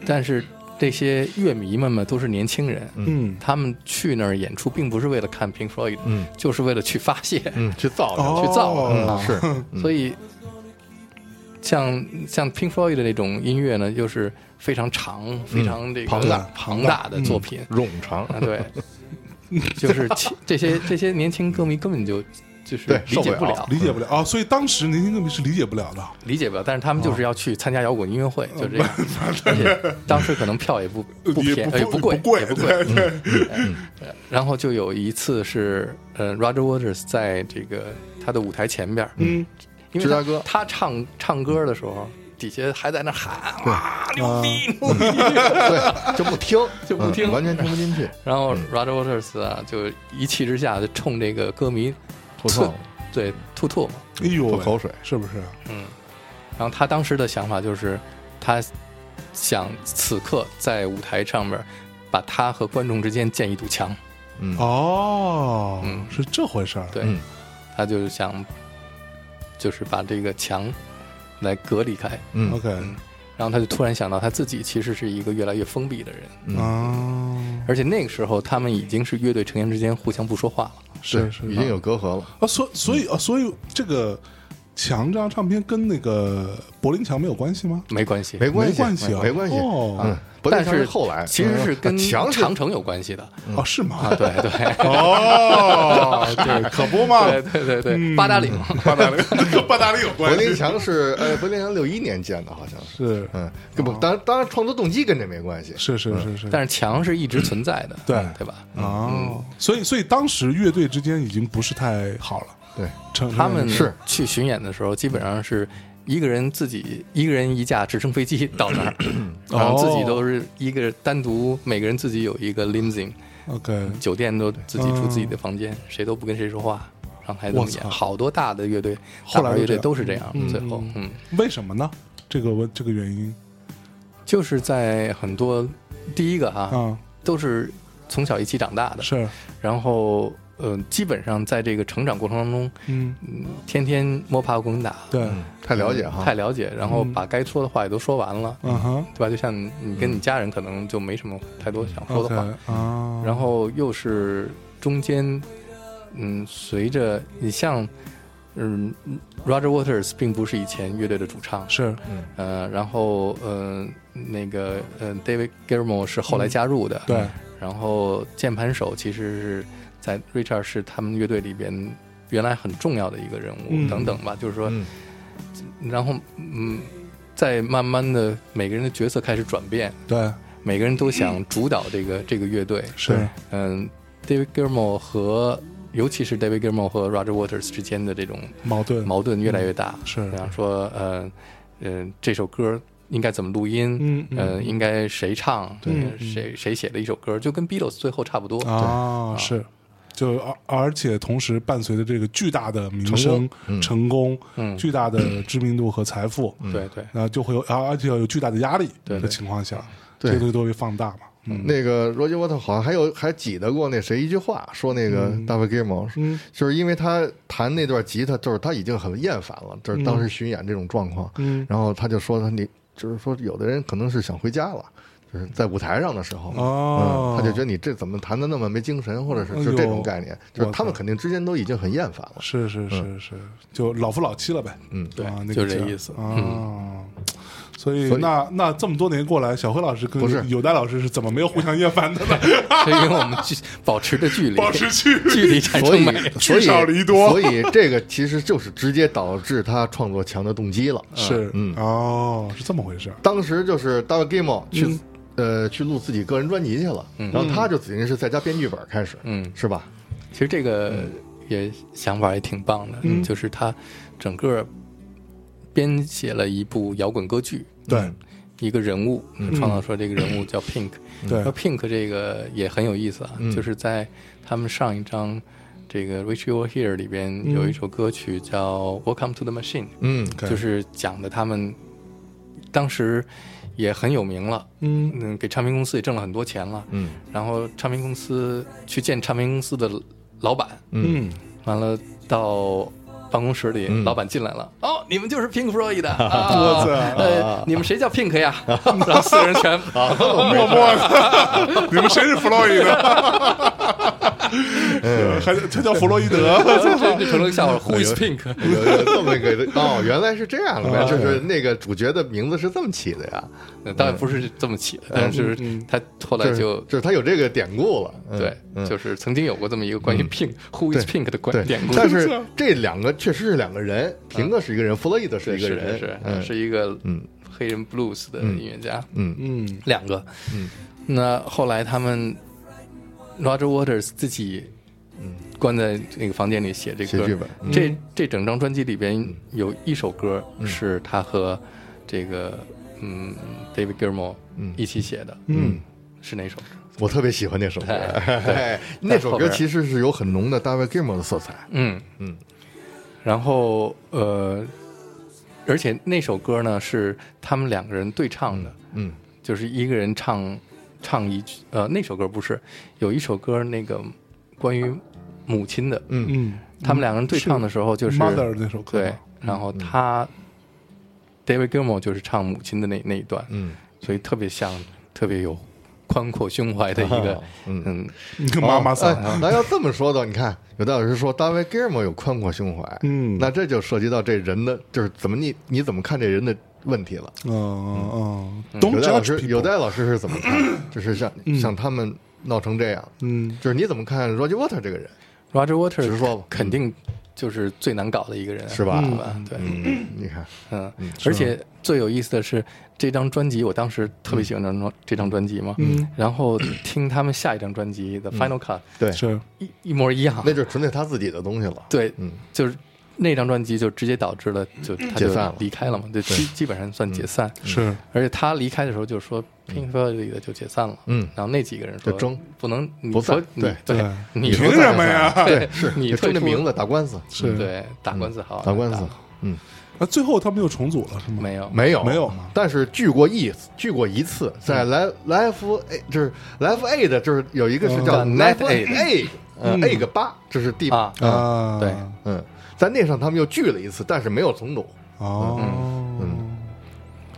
但是这些乐迷们们都是年轻人，
嗯，
他们去那儿演出并不是为了看 Pink Floyd，
嗯
就是为了去发泄，
嗯，去造的，
哦
去造
嗯
啊，
是，嗯
所以像像 Pink Floyd 的那种音乐呢，又是非常长、非常这个
庞大
庞大的作品
冗长，
啊，对，就是其这些这些年轻歌迷根本就就是
对
理
受
解
不了
了，
理解不了啊，所以当时年轻歌迷是理解不了的，
理解不了，但是他们就是要去参加摇滚音乐会，就这样。 而且当时可能票也不不
也
便宜，
不
呃
哎
也
不
贵，
不贵
也不贵。
对
嗯嗯然后就有一次是，呃，Roger Waters 在这个他的舞台前边，嗯，因为
芝加
他
哥
他唱唱歌的时候，底下还在那喊哇牛逼牛逼，
对，就不 听，
就不听
嗯完全听不进去，
然后 Roger Waters 啊，就一气之下就冲这个歌迷
吐槽
呲，对吐唾沫。
哎呦喂
吐口水，
是不是？啊
然后他当时的想法就是，他想此刻在舞台上面把他和观众之间建一堵墙，
嗯
哦，是这回事儿，
对，
嗯
他就想就是把这个墙来隔离开。
嗯
，OK，
然后他就突然想到，他自己其实是一个越来越封闭的人，
嗯啊，
而且那个时候他们已经是乐队成员之间互相不说话了。
是是，
已经有隔阂了，
啊，所所以啊，所以这个强这张唱片跟那个柏林墙没有关系吗？
没关系，
没关
没
系，
关系啊
没关系，
哦
嗯，不
但
但
是
后来嗯呃
其实是跟
强
长城有关系的
哦，是吗
啊，？对对。
哦，对，可不嘛，
对对对对，八达岭，
八达岭跟八达岭有
柏
关
林
系，
墙是呃柏林墙六一年建的，好像是，
是
嗯，跟不当然当然创作动机跟这没关系，
哦是是是 是，
嗯但是墙是一直存在的，
对
对吧？
哦，所以所以当时乐队之间已经不是太好了，
对，
成
嗯他们
是
去巡演的时候，基本上是一个人自己一个人一架直升飞机到那儿，然后自己都是一个单独，每个人自己有一个 limousine，
OK，
酒店都自己住自己的房间，谁都不跟谁说话，然后还这么
我操
演。好多大的乐队，
后来
大牌乐队
就
都是这样，最后嗯，
为什么呢？这个问这个原因
就是在很多第一个哈，
啊，
都是从小一起长大的，
是
然后呃，基本上在这个成长过程当中，
嗯，
嗯，天天摸爬滚打。
对，
嗯太了解哈，
嗯
嗯
太了解，然后把该说的话也都说完了，
嗯哼
对吧？就像你你
嗯
跟你家人可能就没什么太多想说的
，OK
话，
嗯
啊，
然后又是中间，嗯，随着你像，嗯，Roger Waters 并不是以前乐队的主唱，
是
嗯
呃，然后呃，那个呃，David Gilmour 是后来
嗯
加入的，嗯
对，
然后键盘手其实是在 Richard 是他们乐队里边原来很重要的一个人物，
嗯
等等吧，就是说。
嗯
然后嗯，再慢慢的每个人的角色开始转变，
对
每个人都想主导这个、这个乐队。
嗯是
嗯，David Gilmour 和尤其是 David Gilmour 和 Roger Waters 之间的这种
矛盾
矛盾越来越大。
嗯是
比方说，呃，嗯、这首歌应该怎么录音？
嗯嗯
呃，应该谁唱？
对嗯
呃谁谁写的一首歌，就跟 Beatles 最后差不多。
啊是。就而而且同时伴随着这个巨大的名
成
声
功、嗯
成功、
嗯
巨大的知名度和财富，
对 对
然后就会有，啊而且有巨大的压力
对
的情况下，
对
这些东西都会放大嘛。嗯，
那个罗杰沃特好像还有还挤得过那谁一句话，说那个
嗯
大卫 Gilmo，、就是
嗯
因为他弹那段吉他，就是他已经很厌烦了，就是当时巡演这种状况，
嗯
然后他就说他你就是说有的人可能是想回家了。就是在舞台上的时候，
哦
嗯，他就觉得你这怎么弹的那么没精神，或者是就
哎呦
这种概念，就是
我
他们
操
肯定之间都已经很厌烦了。
是是是是，就老夫老妻了呗。
嗯
嗯对
啊、那个
就这
劲儿
意思嗯
啊。所以
所以
那那这么多年过来，小辉老师
不是
跟有代老师是怎么没有互相厌 烦的呢？
是因为我们距保持着距离，
保持距 离
距离产
所
生
以
美。，
所以
聚少离多
所以这个其实就是直接导致他创作强的动机了。
是，嗯，哦，是这么回事儿。
当时就是大卫 Gimo 去、
嗯
呃去录自己个人专辑去了，然后他就等于是在家编剧本开始，
嗯
是吧？
其实这个
嗯
也想法也挺棒的，就是他整个编写了一部摇滚歌剧，
对
一个人物，
嗯
创造出来这个人物叫 Pink，
对
嗯
那 Pink 这个也很有意思啊，就是在他们上一张这个《Wish You Were Here》里边有一首歌曲叫《Welcome to the Machine》，
嗯，
对
就是讲的他们当时也很有名了，
嗯
嗯，给唱片公司也挣了很多钱了，
嗯
然后唱片公司去见唱片公司的老板，
嗯
完了到办公室里，
嗯
老板进来了，哦，你们就是 Pink Floyd 的，
我
啊
操
呃，你们谁叫 Pink 呀？啊然后四个人全
默默的，你们谁是弗洛伊德？
嗯
还他叫弗洛伊德，
这这成了个笑话，Who is Pink？
有有这么一个哦，原来是这样的，
啊
就是那个主角的名字是这么起的呀，
呃当然不是这么起的，但是就是他后来
嗯就是
就
就是他有这个典故了，嗯
对，就是曾经有过这么一个关于 Pink Who is
对
Pink 的关
对
典故，，
但是这两个确实是两个人，平哥是一个人，弗洛伊德是
是
一个
是
人，
是
嗯
是一个
嗯
黑人 blues 的音乐家，
嗯
嗯
两个，嗯，那后来他们 Roger Waters 自己，关在那个房间里写这
嗯写
歌，
剧本嗯
这这整张专辑里边有一首歌是他和这个嗯 David Gilmour 一起写的，嗯，是哪首？
我特别喜欢那首 歌，
哎
哎那首
后
歌
边
其实是有很浓的 David Gilmour 的色彩，
嗯
嗯，
然后呃，而且那首歌呢是他们两个人对唱的，
嗯
就是一个人唱唱一句，呃，那首歌不是有一首歌那个关于母亲的，
嗯
嗯
他们两个人对唱的时候就是
，Mother 那首歌
对，，然后
嗯
他、David Gilmour 就是唱母亲的那那一段，
嗯，，
所以特别像，特别有宽阔胸怀的一个
嗯
嗯，
你个妈妈
哎
桑，
那要这么说的，你看，有的老师说 David Gilmour 有宽阔胸怀，
嗯
那这就涉及到这人的，就是怎么你你怎么看这人的问题了。
嗯哦哎嗯，
有
懂
的
家
老师，有的老师是怎么看？就是像像他们闹成这样，
嗯
就是你怎么看 Roger Water 这个人，
Roger Waters
直说吧
嗯
嗯
肯定就是最难搞的一个人，啊
是吧
是吧？对，
嗯，你看，
嗯，而且最有意思的是，这张专辑我当时特
嗯
别喜欢这张专这张专辑嘛，
嗯，
然后听他们下一张专
嗯
辑的 Final Cut，
对，
是
一一模一样
那，就是纯粹他自己的东西了。
对
嗯，
就是那张专辑就直接导致了就他
解
就
散了嗯
离开了嘛，就基基本上算解散，
是，
而且他离开的时候就说 Pink Floyd 里的就解散了，
嗯
然后那几个人说
就争
不能你
不
说
散
你
对
对
对，
你
凭什么呀？
对，是
你
就
退
冲这
出
名字打官司，
是
对打官司好
打官司，嗯，
那最后他们又重组了是吗？
没有啊
没有
没有嗯吗
但是聚过一次，聚过一次，在莱莱 F A 就是 Life A 的，就是有一个是叫
叫 Net Aid
A 呃 A 个八，这是第
嗯啊
啊，
对
嗯，在那上他们又聚了一次，但是没有重组。
嗯
哦，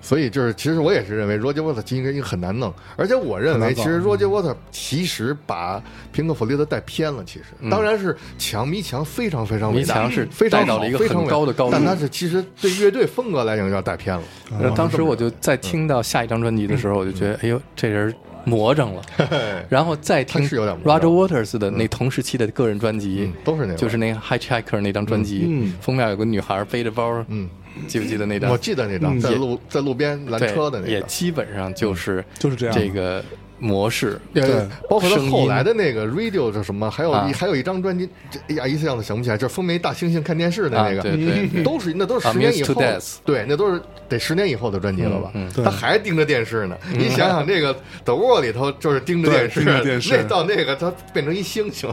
所以就是，其实我也是认为 Roger Water 其实应该很难弄，而且我认
很
为
难搞
其
嗯
实 Roger Water 其实把平克·弗雷德带偏了。其实，当然是强迷强非常非常伟
嗯迷
大，
强是
非常
带到
好
了一个
非常
很高的
伟大
高度
但他是其实对乐队风格来讲有点带偏 了。
然后当
嗯
时我就在听到下一张专辑的时候，我就觉得，哎呦，这人魔怔了。 然后再听
嗯他是有点魔怔
Roger Waters 的那同时期的个人专辑
嗯，都是那样
就是那个 Hitchhiker 那张专辑，封面有个女孩背着包，嗯，记不记得那张？
嗯我记得那张在路在路边拦
嗯对
车的那
也
个，嗯
基本上就是
就是这样
这个模式。
对，包括他
声音
后来的那个 Radio 是什么，还有
啊
一还有一张专辑，这哎呀一下子想不起来，就是风梅大猩猩看电视的那个，
啊对对对
都是那都是十年以
Amused
后
to Death，
对，那都是得十年以后的专辑了吧？
嗯
对
他还盯着电视呢，你想想这个 The Wall 里头就是盯着电视，
对盯着电视
那到那个他变成一 猩猩，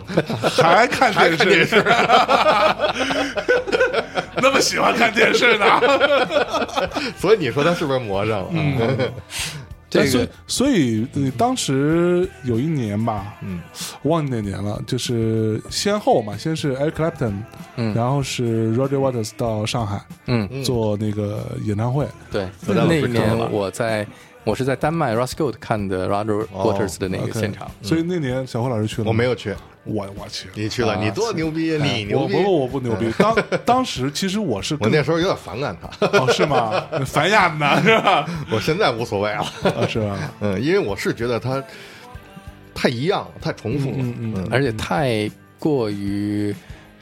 还看
还看电
视，
视，
那么喜欢看电 视呢？
所以你说他是不是魔怔了？
嗯
嗯
这
但所
个
以所以呃当时有一年吧，
嗯，
我忘记哪年了，就是先后嘛，先是 Eric Clapton，
嗯
然后是 Roger Waters 到上海
嗯，
做那个演唱会，
对，
有点
那一
不正
年
了哦
我在我是在丹麦 r o s c o l d 看的 Roger Waters 的那个
OK
现场。
所以那年小辉老师去了，
嗯我没，有去，
我我去，
你去了，
啊
你多牛逼，
哎
你牛
我
逼嗯
不，过我不牛逼，当当时其实我是
我
更
那时候有点反感他，
哦 是吗？烦亚呢是吧？
我现在无所谓了。
啊是吧？
嗯，因为我是觉得它太一样了，太重复了。
嗯嗯
而且太过于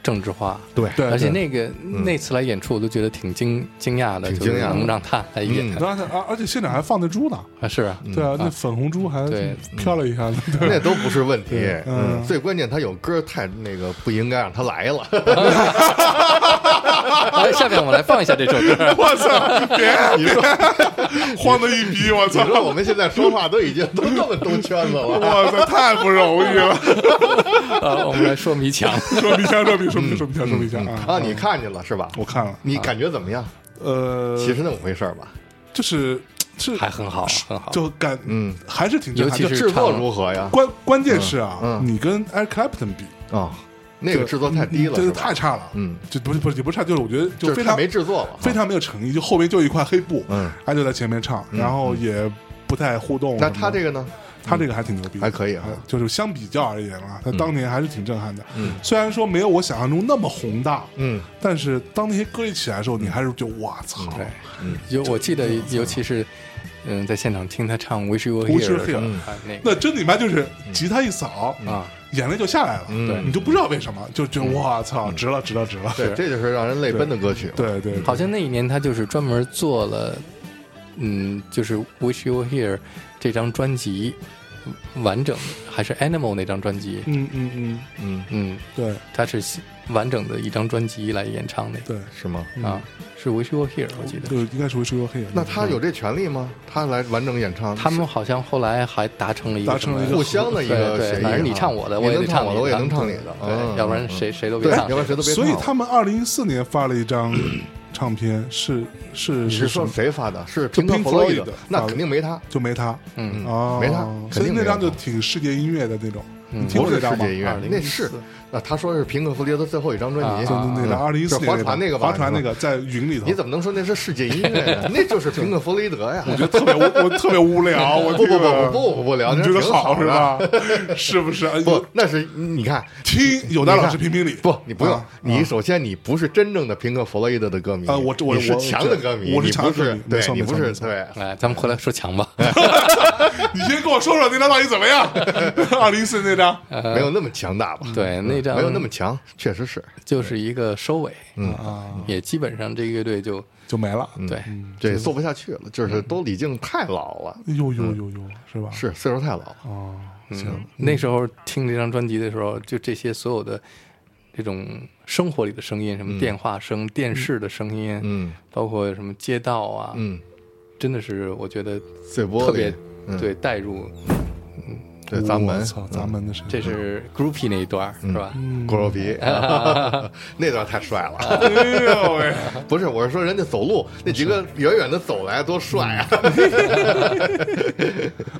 政治化。
对
对，
而且
对
那个那次来演出，我都觉得挺惊惊讶的，
挺
就是
惊讶的
能让他来演
嗯
然后他啊，而且现场还放那猪呢，
啊，是 啊，
对啊，那粉红猪还
对
嗯
飘了一 下子，对
那都不是问题，
嗯
最关键他有歌太那个不应该让他来了，
来，哎下面我们来放一下这首歌。
我 操！别别，慌的一逼！我
你
操！
说我们现在说话都已经都这么兜圈子了，
我操，太不容易了！
啊，我们来说迷墙。
说明枪，说明说明说明枪，说明枪啊！嗯
啊，你嗯看见了是吧？
我看了，
你感觉怎么样？
呃，
其实那么回事儿吧，
就是是
还很好， 很好。
就感
嗯，
还是挺震
尤
撼
其
这
的。
是
制作
唱了
如何呀？
关关键是啊，
嗯
你跟 Eric Clapton 比，
啊，那个制作太低了，
真
是
的
吧
嗯太差了。
嗯，
就不是不是也不是差，就是我觉得
就是
非
太
常
没制作了，啊
非常没有诚意，就后边就一块黑布，
嗯，
他就在前面唱，然后也不太互动什
那
么的。
他这个呢？
他这个还挺牛逼的，呃
还可以啊
就是相比较而言啊，他当年还是挺震撼的。嗯，虽然说没有我想象中那么宏大，
嗯，
但是当那些歌一起来的时候，你还是就哇操，
对，尤我记得，尤其是嗯，在现场听他唱《Wish You Were
Wish
Here
You Were》
的时候
嗯
Here，
啊那个
那真你妈就是吉他一扫
啊，
眼泪就下来了，
嗯
你就不知道为什么，就觉得哇操，值了，值了，值了。
对，这就是让人泪奔的歌曲。，
对对，对
好像那一年他就是专门做了，嗯，就是《Wish You Were Here》这张专辑完整，还是《Animal》那张专辑，
嗯嗯嗯，
嗯，
嗯，
对
他是完整的一张专辑来演唱那个
对，
是吗？
啊，是《Wish You Were Here》，我记得。
就是应该属于是个黑人。
那他有这权利吗？他来完整演唱，
他们好像后来还达成了一个
达成了
什么
一个
互相的一个
对
协
对，
议
反
啊。
正你唱我的，
你
我也
能
得
唱
你
的，我也
的
能唱你的，嗯
对，要不然谁谁都
对，
别唱
要。不然谁都别唱
所
了。
以他们二零一四年发了一 张唱片，是是
你是
什
说
么？
谁发的？是
就
平克
Pink
·弗洛伊
Floyd
德
的，
那
发的
肯定没他，
就没他，
嗯
哦，
没他肯
所以
定没
那张
他
就挺世界音乐的那种，你听
不
过那
是
张
世
吗？
界音乐，
2014
那是那他说是平克·弗洛伊德最后一张专辑，
啊
就就那
嗯
张二零一四
就是
年
划船那个吧，
划船那
是吧。
个在云里头，
你怎么能说那是世界音乐呢？那就是平克·弗洛伊德呀！
我觉得 特别无，我特别无聊，我
不不
听
不不
了
不不不聊，
你
那
觉得
挺
好
的
是？吧？ 是不是？哎
不，那是你看，
听有的老师评评理，
不，你不用
啊，
你首先你不是真正的平克·弗洛伊德的歌迷
啊我我
你是
我
强的歌迷，
我是
你
强
不
的歌
是
迷没
对，
错
你
没
不嗯
错没
是
错
对，
来，哎咱们回来说墙 吧。
你先跟我说说那张到底怎么样？ 二零一四那张，
没有那么强大吧？
呃对，那张
没有那么强，确实是
就是一个收尾，嗯
啊，
也基本上这个乐队就
就没了。
嗯
对，
嗯
这也做不下去了，就是都李静太老了，
哎呦呦呦呦，是吧？
是岁数太老了。
哦，行，
那时候听这张专辑的时候，就这些所有的这种生活里的声音，什么电话声、电视的声音，
嗯
包括什么街道啊，
嗯，
真的是我觉得
碎玻璃
特别
嗯
对带入，
对咱
我
们
操，咱们的声音
这是 groupie 那一段儿是吧？
嗯锅肉 皮， 那段太帅了。
哎呦 喂，
不是，我是说人家走路那几个远远的走来多帅啊！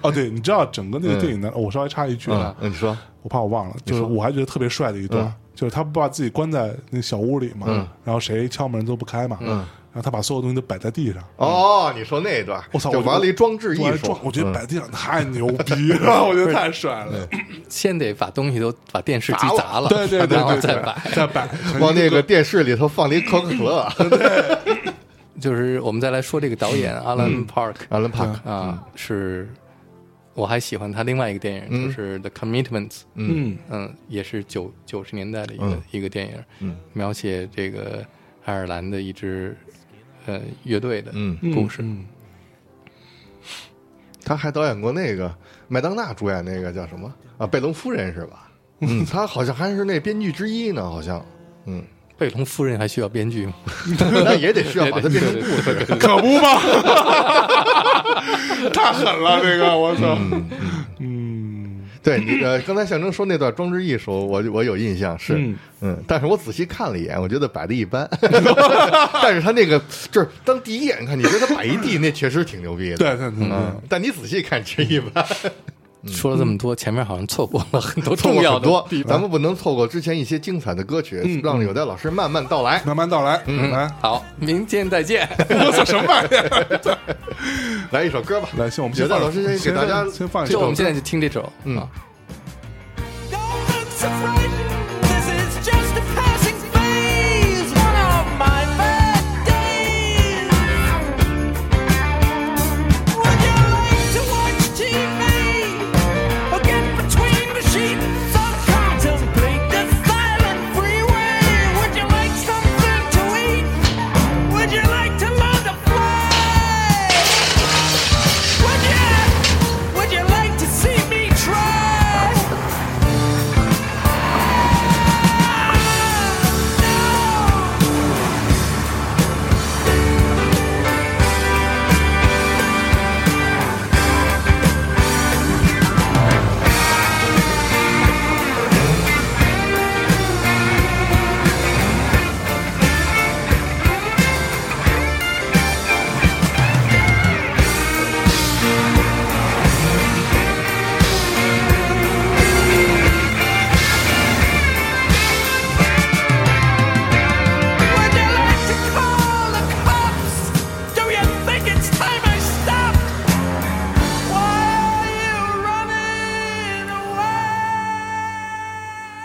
哦，对，你知道整个那个电影呢？我稍微插一句啊，
嗯嗯，你说
我怕我忘了，就是我还觉得特别帅的一段
嗯，
就是他不把自己关在那小屋里嘛，然后谁敲门都不开
嗯
嘛，然后他把所有东西都摆在地上。
哦，你说那一段，
我操！
就
我
玩了一装置
我还
艺术嗯
装，我觉得摆地上太牛逼了，我觉得太帅了。
先得把东西都把电视机砸了，
对对对
然后
对，
再
对
摆。
再摆，
往那个啊电视里头放了一可口可 乐，
就是我们再来说这个导演 Alan Park
阿伦帕克，
啊，是我还喜欢他另外一个电影，就是《The Commitments》，
嗯，
嗯，也是九九十年代的一个一个电影，描写这个爱尔兰的一支呃乐队的
嗯
故事。
嗯
他还导演过那个麦当娜主演那个叫什么啊？贝隆夫人是吧？嗯，他好像还是那编剧之一呢，好像。 嗯，
贝隆夫人还需要编剧吗？
那也得需要把它变成故事。
可不嘛， 太狠了，这个我操，嗯，
对，你呃，刚才象征说那段装置艺术，我我有印象是，嗯
嗯
但是我仔细看了一眼，我觉得摆的一 般，但是他那个就是当第一眼看，你觉得他摆一地，那确实挺牛逼的，
对，对对对
嗯，但你仔细看其实一般，
说了这么多，前面好像错过了很多
错
重
过
要
很
的
多
地，方
咱们不能错过之前一些精彩的歌曲，
嗯
让有代老师慢慢道来。
慢慢道来，
嗯
来，
嗯
啊
好，明天再 见。
我操，什么玩意儿？
来一首歌吧，
来，先我们
有
先
代
放，
老师先给大家
先放一
就我
首
们，现在就听这首，
嗯
啊
Don't look so frightened. This is just a passing phase. One of my bad days. Would you like to watch TV or get between the sheets or contemplate the silent freeway? Would you like something to eat? Would you like to learn to fly? Would you? Would you like to see me try?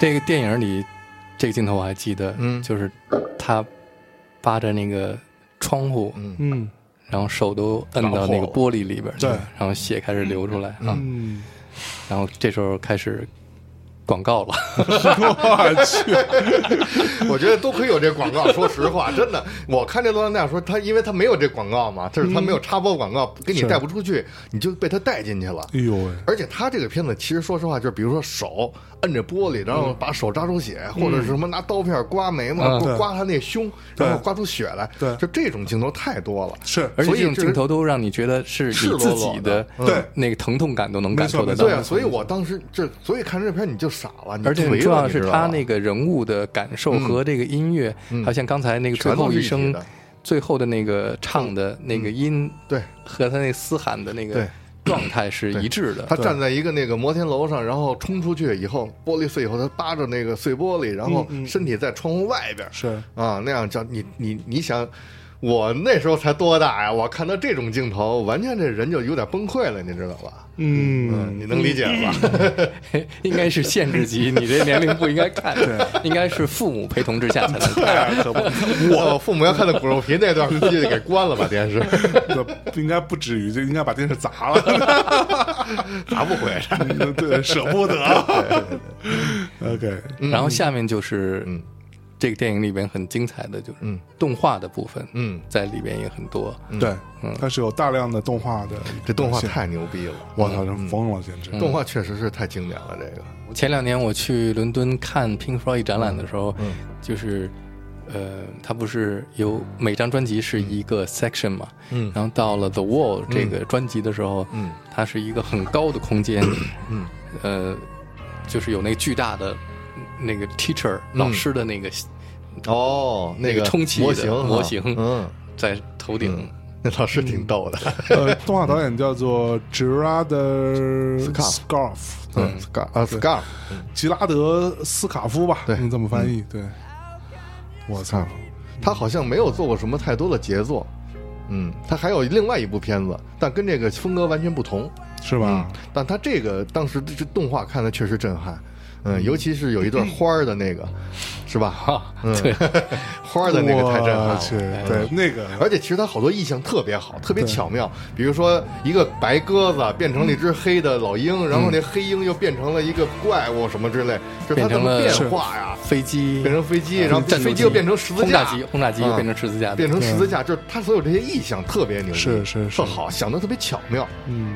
这个电影里这个镜头我还记得，
嗯
就是他扒着那个窗户，
嗯
嗯
然后手都摁到那个玻璃里边儿去，
对
然后血开始流出来啊，
嗯，
然后这时候开始广告了，
我去，哎
我觉得都可以有这广告。说实话，真的，我看这《罗兰大说他，因为他没有这广告嘛，就是他没有插播广告，给你
嗯是
带不出去，你就被他带进去了。
哎呦喂，
而且他这个片子，其实说实话，就是比如说手摁着玻璃，然后把手扎出血，或者是什么拿刀片刮眉毛，
嗯
刮
嗯对
刮他那胸，
对
然后刮出血来，
对
就这种镜头太多了。
是哎
而且
所以
这种
就是
镜头都让你觉得是你
赤裸
自
裸
己
的嗯
的
对
那个疼痛感都能感受得
没
到
错
对。啊，所以我当时这，所以看这片你就傻了，你
而且很
颓
重要的
了你
是，
知道
他
吧嗯
那个人物的感受和这个音乐，好像刚才那个最
全都
后
是
一
一体
声
的，
最后的那个唱的那个音，
对
和他那嘶喊的那个
对
状态是一致的。
他站在一个那个摩天楼上，然后冲出去以后，玻璃碎以后，他扒着那个碎玻璃，然后身体在窗户外边，
是
啊，那样叫你你你想，我那时候才多大呀？我看到这种镜头，完全这人就有点崩溃了，你知道吧？
嗯，
你能理解吧？
应该是限制级，你这年龄不应该看，应该是父母陪同之下才能 看。
我父母要看到骨肉皮那段，估计得给关了吧电视，
这应该不至于，这应该把电视砸了，
砸不回。
嗯对，舍不 得。OK，嗯
嗯
然后下面就是这个电影里边很精彩的，就是动画的部分，
嗯
在里边也很多。
对，它是有大量的动画的，
这动画太牛逼了，
我操，人疯了，简直。
动画确实是太经典了，这个。
前两年我去伦敦看 Pink Floyd 展览的时候，
嗯
就是，呃，它不是有每张专辑是一个 section 嘛，嗯，然后到了 The
嗯
Wall 这个专辑的时候，嗯，它是一个很高的空间，嗯，呃，就是有那个巨大的那个 teacher
嗯
老师的那个
哦，
那
那
个充气的
模型哈
模型
嗯，
在头顶，
那老师挺逗的。
呃，动画导演叫做 Gerard Scarf，对，
Scar 啊，Scar，
吉拉德斯卡夫吧，
对嗯
你这么翻译？对，我操，
他好像没有做过什么太多的杰作。嗯，他还有另外一部片子，但跟这个风格完全不同。
是吧？
但他这个当时这动画看的确实震撼，嗯，尤其是有一段花儿的那个，是吧？嗯，花儿的那个太震撼
我
了。哎
去，对，那个
而且其实他好多意象特别好，特别巧妙。比如说，一个白鸽子变成了一只黑的老鹰，然后那黑鹰又变成了一个怪物什么之类，就它
变
怎
成
么
了
变化呀？
飞机呃
变成飞机，然后
战斗
飞机又变成十字
轰
架
炸，机，轰炸机又
啊
变成十字架的，
变成十字架，就是他所有这些意象特别牛逼，
是是是
特好，想的特别巧妙。
嗯，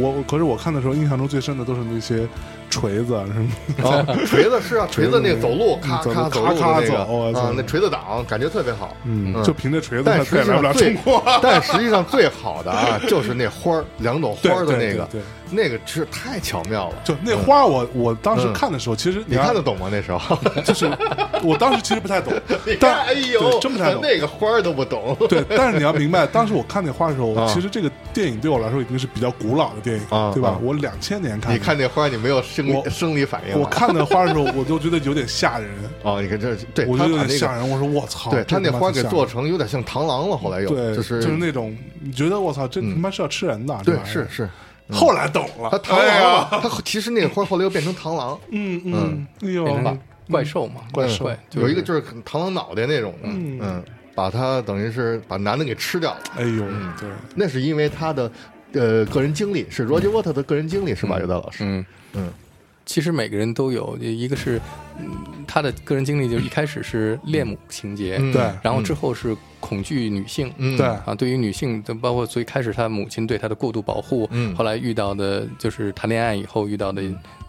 我可是我看的时候，印象中最深的都是那些锤子啊什么的。
啊，锤子是啊，锤子那个走路咔
走路
咔走路的
咔
那
咔
个
走我操
啊，那锤子党感觉特别好。
嗯， 就凭这锤子，
但
他
实
也
际
来不了
上最
中国。，
但实际上最好的啊， 就是那花儿，两朵花儿的那个
对对对对，
那个是太巧妙了。
就那花，我我当时看的时候，其实
嗯你看
看
得懂吗？那时候，
就是，我当时其实不太懂
你，看，
但
哎呦
对，真不太
咱
懂。
那个花儿都不 懂。
对，但是你要明白，当时我看那花的时候
啊，
其实这个电影对我来说已经是比较古老的电影
啊，
对吧
啊？
我两千年看，
你看，那花儿，你没有生理
我
生理反应吗？啊
我看那花的时候，我就觉得有点吓人，
哦，你看这， 对
我
他
就有
把
点
那
吓
个，
人。我说我操，
对他
这
那
他妈
花
挺
给
吓
做
人
成有点像螳螂了，后来又
对，
是嗯
就是那种你觉得我操，这他妈是要吃人的，这
对
玩意儿
是。是，
后来懂了，
他螳
哎
螂
呀
嘛，他其实那个花后来又变成螳 螂，
嗯嗯，哎
变
呦
成，怪兽嘛，怪
嗯有一个就是螳螂脑袋那种的，嗯，把它等于是把男的给吃掉了。
哎呦，
嗯
对，
那是因为他的呃个人经历，是罗杰沃特的个人经历，是吧？尤达老师，
嗯
嗯，
其实每个人都有，一个是嗯他的个人经历，就是一开始是恋母情节，
嗯
对
然后之后是恐惧女性，
嗯
对
啊，对于女性的，包括最开始他母亲对他的过度保护，
嗯
后来遇到的就是谈恋爱以后遇到的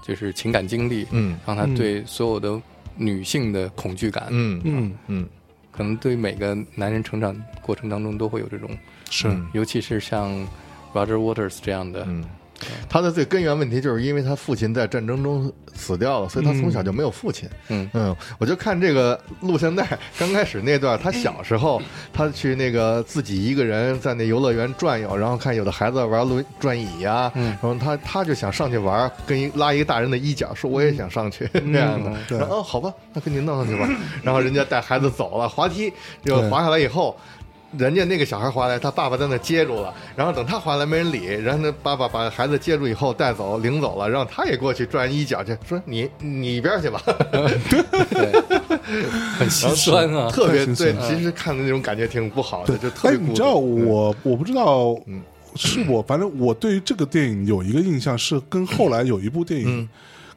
就是情感经历，
嗯
让他对所有的女性的恐惧感，
嗯
嗯，
嗯
可能对每个男人成长过程当中都会有这种，
是
尤其是像 Roger Waters 这样的，
嗯，他的最根源问题就是因为他父亲在战争中死掉了，所以他从小就没有父亲。
嗯
嗯，我就看这个录像带，刚开始那段，他小时候他去那个自己一个人在那游乐园转悠，然后看有的孩子玩轮转椅呀、
嗯
然后他他就想上去玩，跟一拉一个大人的衣角，说我也想上去、那样的。
对
然后、哦、好吧，那跟您弄上去吧。然后人家带孩子走了，滑梯就
对
滑下来以后。人家那个小孩滑来，他爸爸在那接住了，然后等他滑来没人理，然后那爸爸把孩子接住以后带走领走了，让他也过去转一脚去，说你你一边去吧，
对，很心酸啊，
特别
太心
对
酸，了
其实看的那种感觉挺不好的，就特
哎，
别孤独。嗯
你知道我我不知道，是我反正我对于这个电影有一个印象是跟后来有一部电
嗯
影，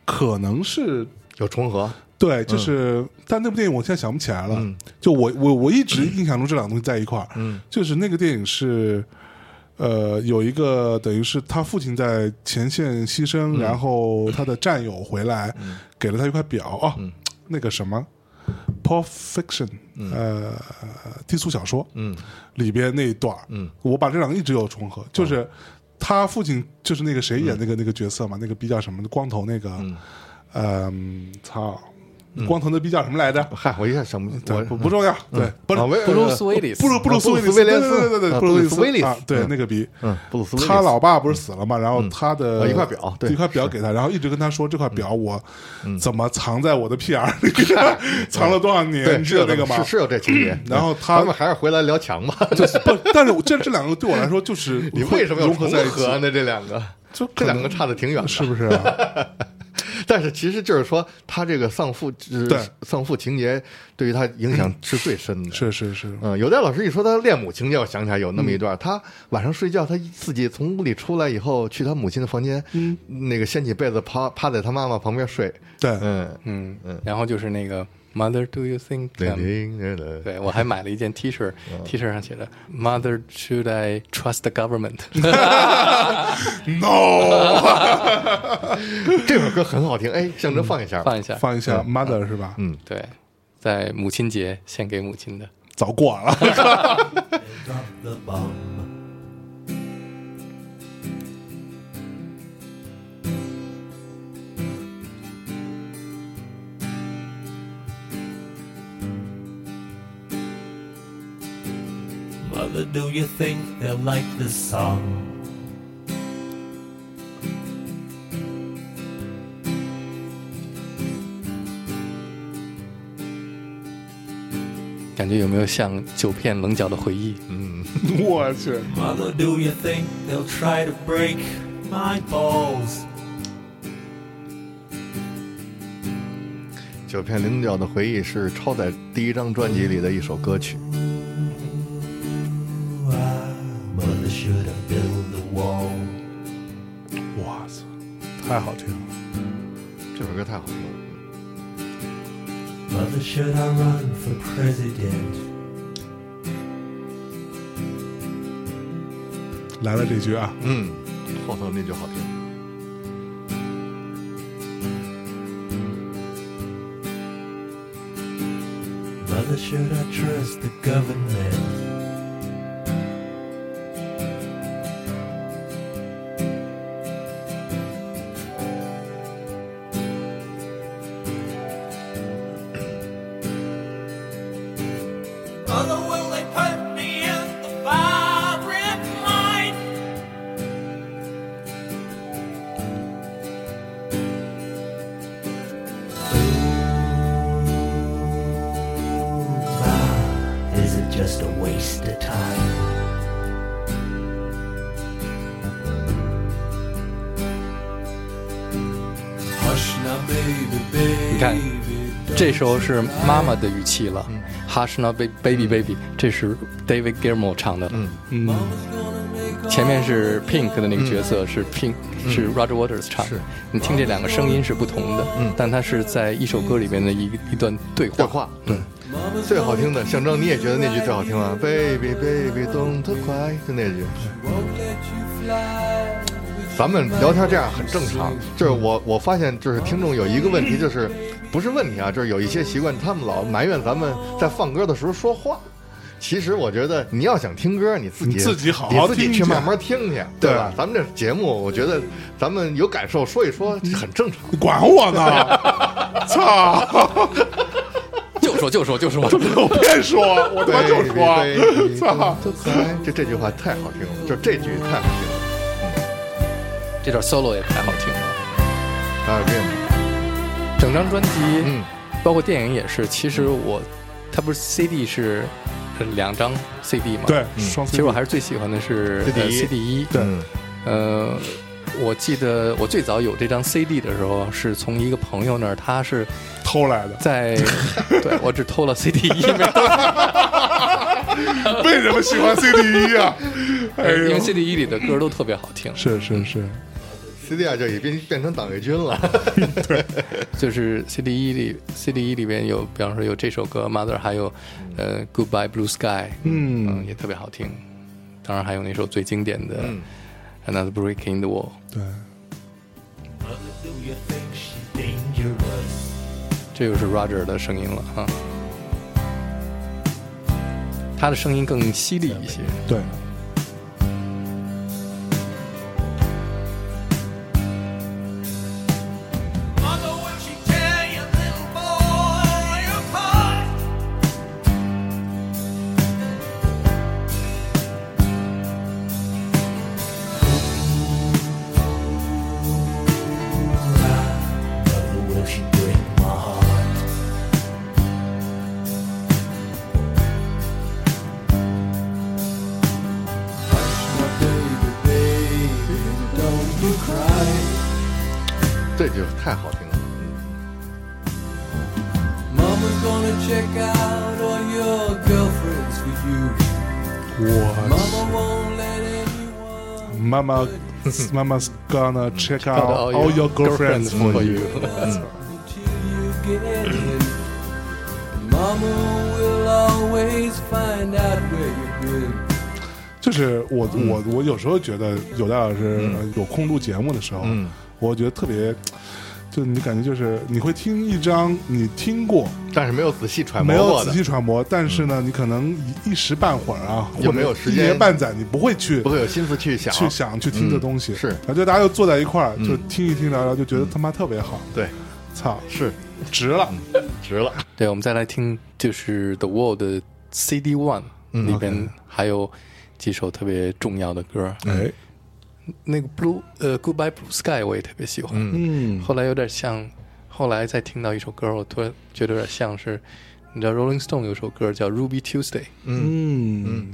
可能是
有重合，
对，就是、
嗯
但那部电影我现在想不起来了。就我我我一直印象中这两个东西在一块儿，嗯，就是那个电影是。呃，有一个等于是他父亲在前线牺
嗯
牲，然后他的战友回来，给了他一块表哦，
嗯
那个什么《Pulp Fiction》呃，低俗小说，
嗯，
里边那一段儿
嗯，
我把这两个一直有重合，就是他父亲就是那个谁
嗯
演那个、那个角色嘛，那个逼叫什么光头那个，嗯，操、光头那逼叫什么来着？
嗨，嗯我一下想不，
对，不
我
不重要，对，不是
啊威
布鲁斯威利斯
布鲁布鲁斯威利
布鲁斯威廉斯
对对
啊
对对，鲁
布鲁斯威利斯
啊对
嗯
那个逼，
嗯，布鲁斯威利斯
他老爸不是死了嘛，然后他
啊
的
一块表对嗯
一块表给他，然后一直跟他说这块表我怎么藏在我的屁眼儿 里，藏了多少
对
年，
是
你知道
有
那
这
个吗
是？是有这情节，
然后他
咱们还是回来聊墙吧，
就是不，但是我这这两个对我来说就是
你为什么要
融
重
合在一起？
合呢？啊这两个，
就可
这
能
两个差的挺远的，
是不是啊？
但是其实就是说，他这个丧父之
对嗯
丧父情节对于他影响是最深的。，
是是是，
嗯，有戴老师一说他恋母情节，我想起来有那么一段，他晚上睡觉，他自己从屋里出来以后，去他母亲的房间，嗯，那个掀起被子趴趴在他妈妈旁边睡，
对，
嗯，
嗯嗯，然后就是那个 Mother, do you think？I'm-" 对我还买了一件 T 恤，T 恤上写着 Mother, should I trust the government？
no，
这首歌很好听，哎，象征放一下吧，
放一下，
放一下 mother 是吧？嗯，
对，在母亲节献给母亲的。
早过了，
up the bomb. Mother, do you think they'll like this song?
感觉有没有像九片棱角的回忆？
我去，
Mother, do you think they'll try to break my balls?
九片菱角的回忆》是超载第一张专辑里的一首歌曲，
Why, ah, Mother should have built the wall.
哇塞，太好听了，
这首歌太好听了。
Mother, should I run for president?
来了这句啊，
嗯，后头那句好听，
Mother, should I trust the government? Mother, will they put me in the firing line? Ah, Is it just a waste of time? Hush now, baby, baby.
你看
don't
这时候是妈妈的语气了，Hush now, ba- baby, baby，这是 David Gilmour 唱的。嗯，
嗯，
前面是 Pink 的那个角色是 Pink，是嗯 Roger Waters 唱的。你听这两个声音是不同的，嗯，但它是在一首歌里面的一一段对
对
话。
话，对，最好听的象征，你也觉得那句最好听啊？Baby baby don't cry，就那句。咱们聊天这样很正常，就是我我发现就是听众有一个问题，就是不是问题啊，就是有一些习惯，他们老埋怨咱们在放歌的时候说话。其实我觉得你要想听歌，你自己
你自己好好
你自己
听
去
去
慢慢听去，对吧？
对
咱们这节目，我觉得咱们有感受说一说很正常。
你管我呢，操，
就说就说就 说，
我别说，我他妈就说，操，
这这句话太好听了，就这句太好听了。
这段 solo 也太好听了。
还有这个，
整张专辑，
嗯，
包括电影也是。其实我，它不是 CD 是两张 CD 嘛。
对，双
其实我还是最喜欢的是
CD
呃 CD 一。
对
嗯
呃，我记得我最早有这张 CD 的时候，是从一个朋友那儿，他是
偷来的，
在， 对我只偷了 CD 一，没有
为什么喜欢 CD 一啊？ 哎
因为
呦，
CD 一里的歌都特别好听，
是是是，
，CD 啊就已经变成党卫军了。
就是 CD 一里 CD 一里边有，比方说有这首歌《Mother》，还有呃《Goodbye Blue Sky》，嗯，
嗯，
也特别好听。当然还有那首最经典的《
嗯
Another Break in the Wall》，
对，
Mother, do you think she's dangerous?
这又是 Roger 的声音了啊。他的声音更犀利一些，
对，
Mother, will she tear your little boy apart? Mother, will she break my heart? Hush, my baby, baby, don't you cry.
这就太好听了。
Mama's gonna check out all your girlfriends for you.
我
Mama won't let anyone.
妈妈妈妈 gonna check
All
out all
your
your
girlfriends
girlfriends
for
for you，
till you get in. Mama will always find out where you've been.
就是我
嗯
我我有时候觉得有戴老师呃有空录节目的时候，
嗯
我觉得特别。就你感觉就是你会听一张你听过
但是没有仔细揣
没
摩
有
过
仔
的，
细揣摩，但是呢，你可能一一时半会儿啊，
就
或
没有
者
时
一
间
年半载，你不会去
不会有心思去想。
去想去听这东西，
嗯是嗯
然后就大家就坐在一块儿，就听一听聊聊，就觉得他妈特别好，
对，
操，
是
值了，
值了。
对，我们再来听就是 The Wall 的 CD One
嗯
里边还有几首特别重要的歌，
嗯
哎，
那个 Blue 呃 Goodbye Blue Sky 我也特别喜欢，
嗯，
后来有点像，后来再听到一首歌，我突然觉得有点像是，你知道 Rolling Stone 有首歌叫 Ruby Tuesday，Goodbye
嗯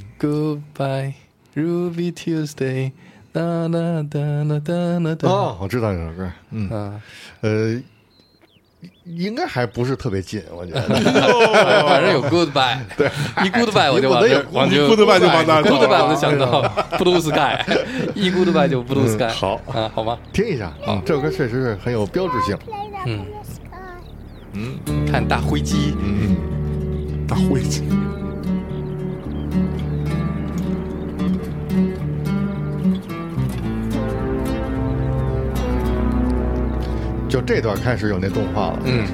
Ruby Tuesday，哒哒哒哒哒哒哒，
哦，我知道这首歌。嗯
啊，
呃，应该还不是特别近，我觉得。
反正有 Goodbye，对，一 Goodbye 我就往这
你不能有
往就
Goodbye 就往那儿走了
Goodbye 我就想到 Blue Sky，一 Goodbye 就 Blue Sky，
好
啊，好吗？
听一下啊，这首歌确实是很有标志性。
嗯，看大灰机，
大灰烬，
就这段开始有那动画了。
嗯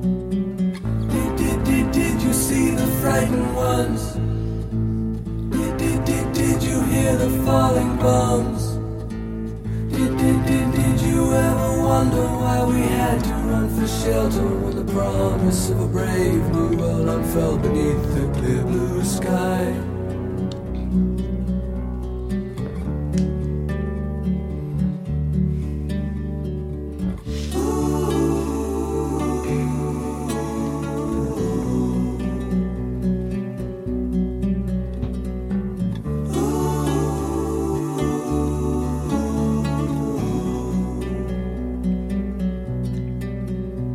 Did, did, did, did you see the frightened ones? Did, did, did, did you hear the falling bombs? Did, did, did, did you ever wonder why we had to run for shelter when the promise of a brave new world unfurled beneath the clear blue sky?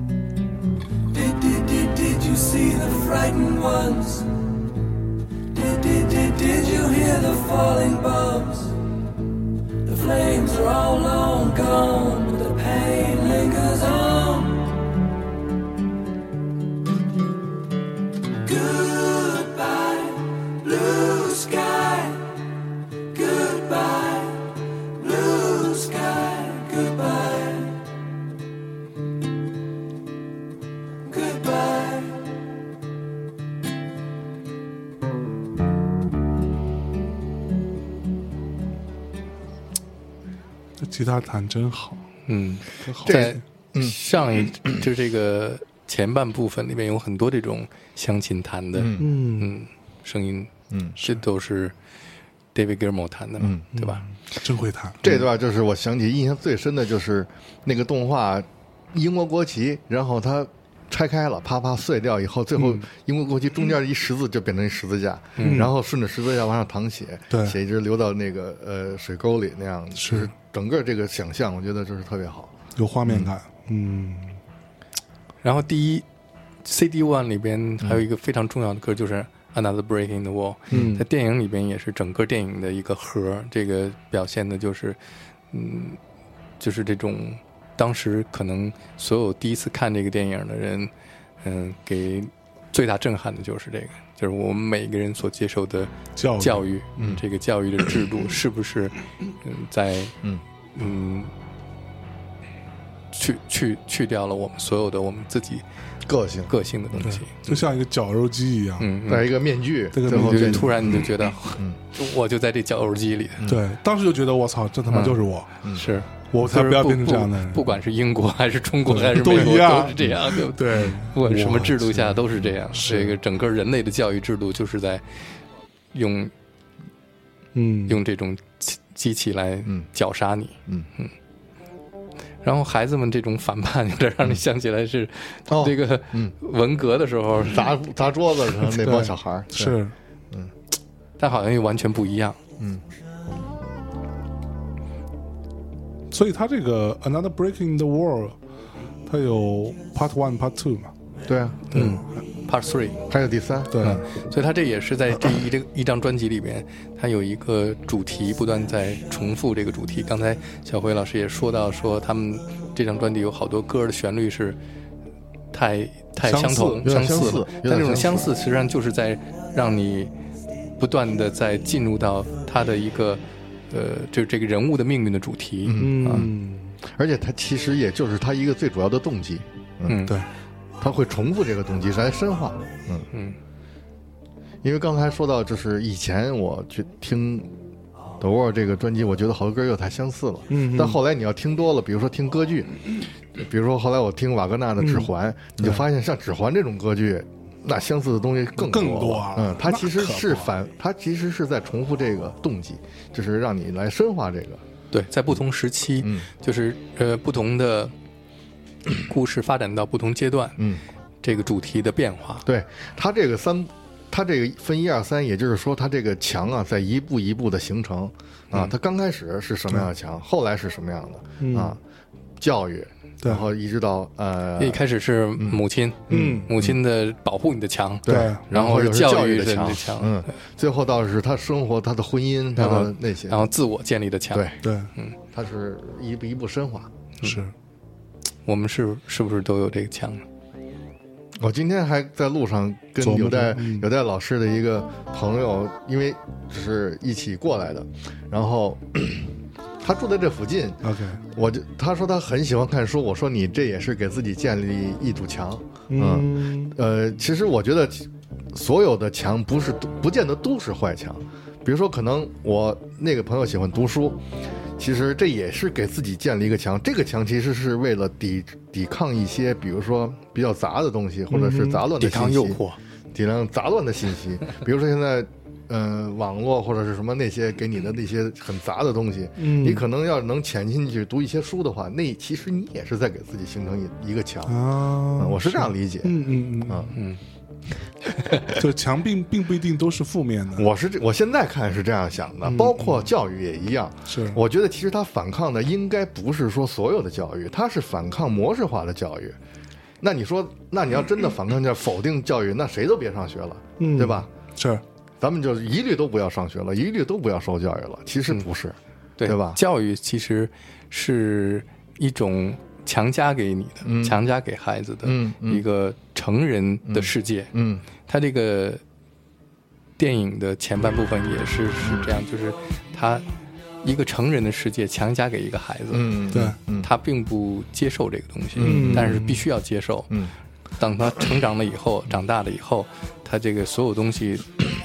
Did, did, did, did you see the frightened ones? Did, did, did, did you hear the falling bombs? The flames are all long gone, but the pain lingers on. Goodbye, blue sky. Goodbye, blue sky. Goodbye.
这吉他弹真好，
嗯，
真好。
在嗯上一就这个前半部分里面有很多这种乡琴弹的，
嗯
嗯，
嗯，声音，
嗯
这都是 David Gilmour 弹的嘛，对吧？
真会弹。
这段就是我想起印象最深的就是那个动画，英国国旗，然后它拆开了，啪啪碎掉以后，最后英国国旗中间一十字就变成一十字架，然后顺着十字架往上淌血，
对
血一直流到那个呃水沟里那样，就是整个这个想象，我觉得就是特别好。
有画面感，嗯，
然后第一 CD One 里边还有一个非常重要的歌就是 Another Break in the Wall，、在电影里边也是整个电影的一个核儿，这个表现的就是，嗯，就是这种当时可能所有第一次看这个电影的人，嗯，给最大震撼的就是这个，就是我们每个人所接受的
教育
教育，嗯，这个教育的制 度是不是，嗯，在
嗯
嗯，去去去掉了我们所有的我们自己
个性，
个性的东西，
就像一个绞肉机一样，
嗯，
再一个面具，
这个
最后
就是
变
突然你
嗯
就觉得， 我就在这绞肉机里，
嗯
对，当时就觉得我操，这他妈就是我，
是
嗯我才
就是
不要变成这样的人。
不管是英国还是中国还是
都
美国，
一样
都是这样，对不对？
对，
不管什么制度
哇
下
塞
都是这样，
是
这个整个人类的教育制度就是在用
嗯，
用这种机机器来
嗯
绞杀你，
嗯
嗯。然后孩子们这种反叛，有点让你想起来是
哦
这个
嗯
文革的时候，
砸砸桌子上那帮
对
小孩儿，对
是
但好像又完全不一样。
所以他这个 Another Breaking the Wall，它有 Part One、Part Two 嘛？
对啊，
嗯，Part Three，
还有第三，
对，
所以他这也是在这一这一张专辑里面，他有一个主题不断在重复这个主题。刚才小辉老师也说到，说他们这张专辑有好多歌的旋律是太太
相
相
似
同
有点
似
相
了，
似有点
但这种
相
相似实际上就是在让你不断的在进入到他的一个呃，就是这个人物的命运的主题。
嗯，
而且它其实也就是它一个最主要的动机，
嗯，
对，
它会重复这个动机来深化，嗯。
嗯
因为刚才说到，就是以前我去听 The Wall 这个专辑，我觉得好多歌又太相似了。
嗯嗯
但后来你要听多了，比如说听歌剧，比如说后来我听瓦格纳的《指环》，
嗯
你就发现像《指环》这种歌剧，那相似的东西更
更
多
多
了
了
嗯，它其实
那可
是
不
反，它其实是在重复这个动机，就是让你来深化这个。
对，在不同时期，
嗯
就是呃不同的呃故事发展到不同阶段，
嗯，
这个主题的变化。
对，它这个三，它这个分一二三，也就是说，它这个墙啊，在一步一步的形成
嗯
啊。它刚开始是什么样的墙，后来是什么样的啊？教育，
嗯对
然后一直到呃，
一开始是母亲，
嗯
母亲的保护你的墙，
对
然
然后
后
是
又是教
育
育
的
墙，
墙，
嗯，最后到是他生活、他的婚姻、他
然后
的那些
然，后自我建立的墙。
对，，
对，
它是一步一步深化。
是，
我们是是不是都有这个墙呢？
我今天还在路上跟
琢磨着
有代
嗯
有代老师的一个朋友，因为就是一起过来的，然后 他住在这附近，
OK，
我就他说他很喜欢看书，我说你这也是给自己建立一堵墙。
嗯，
呃，其实我觉得所有的墙不是都不见得都是坏墙，比如说可能我那个朋友喜欢读书，其实这也是给自己建立一个墙。这个墙其实是为了抵抵抗一些，比如说比较杂的东西，或者是杂乱的信
嗯
息，
抵抗诱惑，
抵抗杂乱的信息，比如说现在。呃，网络或者是什么那些给你的那些很杂的东西，
嗯
你可能要是能潜进去读一些书的话，那其实你也是在给自己形成一一个墙、
啊，
嗯我是这样理解。
嗯嗯嗯
啊
嗯， 就墙并并不一定都是负面的，
我是这我现在看是这样想的，包括教育也一样。
是
我觉得其实他反抗的应该不是说所有的教育，他是反抗模式化的教育。那你说，那你要真的反抗叫否定教育，那谁都别上学了，
嗯
对吧？
是，
咱们就一律都不要上学了，一律都不要受教育了。其实不是，
对
对吧
教育其实是一种强加给你的，强加给孩子的
嗯嗯
一个成人的世界。
嗯，
他这个电影的前半部分也是是这样，就是他一个成人的世界强加给一个孩子，
嗯，
对，
他并不接受这个东西，
嗯
但是必须要接受。
嗯
等他成长了以后，长呃大了以后，他这个所有东西，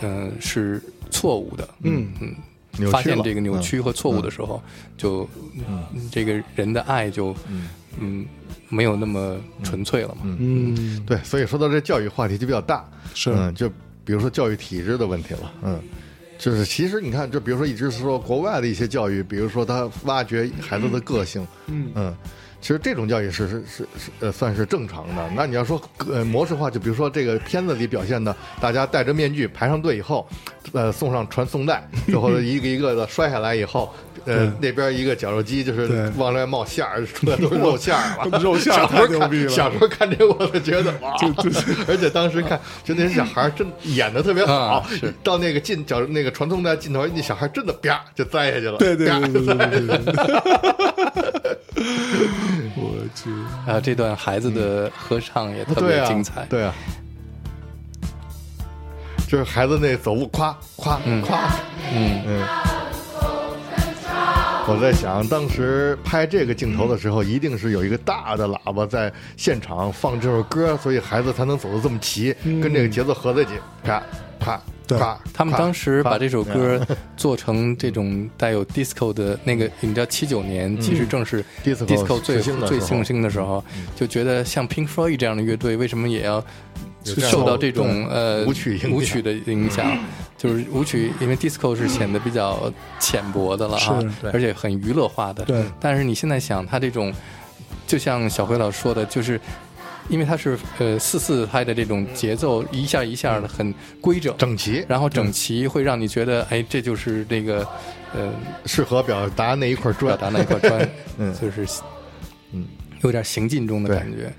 嗯、是错误的。
嗯
嗯，
扭曲
发现
了嗯
这个扭曲和错误的时候，就这个人的爱就嗯没有那么纯粹了嘛。
嗯，
对，所以说到这教育话题就比较大，
是
嗯，就比如说教育体制的问题了，嗯，就是其实你看，就比如说一直是说国外的一些教育，比如说他挖掘孩子的个性，嗯其实这种教育是是是是呃算是正常的。那你要说呃模式化，就比如说这个片子里表现的，大家戴着面具排上队以后，呃送上传送带，最 后一个一个的摔下来以后。呃，那边一个绞肉机就是
对
往外冒馅儿，出来都是肉馅儿了，
肉 馅儿
小时候
太牛逼
看
了
小时候看这，我就觉得哇， 而且当时看，就那些小孩儿真演的特别好
啊是，
到那个进脚那个传送带尽头，那小孩儿真的啪就栽下去了，
对对
啪
对对
就栽下去
对
了
对对，我去，
还啊有这段孩子的合唱也特
对
别
啊，
精彩。
对啊，就是孩子那走路夸夸夸，
嗯
嗯。我在想，当时拍这个镜头的时候，一定是有一个大的喇叭在现场放这首歌，所以孩子才能走得这么齐，跟这个节奏合在一起，啪啪
对
啪。
嗯他们
啪
当时
啪
把这首
嗯
歌做成这种带有 disco 的那个，你知道七九年其实正是
嗯 disco
disco 最
最兴的时候嗯
最盛行的时候，就觉得像 Pink Floyd 这样的乐队为什么也要
有这样的
受到这种
对
呃
舞曲影响嗯
舞曲的影响？就是舞曲，因为 disco 是显得比较浅薄的了哈
是，
而且很娱乐化的。
对
但是你现在想，它这种就像小辉老师说的，就是。因为它是呃四四拍的这种节奏，一下一下的很规整，
整齐，
然后整齐会让你觉得，哎，这就是这个，呃，
适合表达那一块
表
砖。
达那一块砖，
嗯
就是，
嗯，
有点行进中的感觉。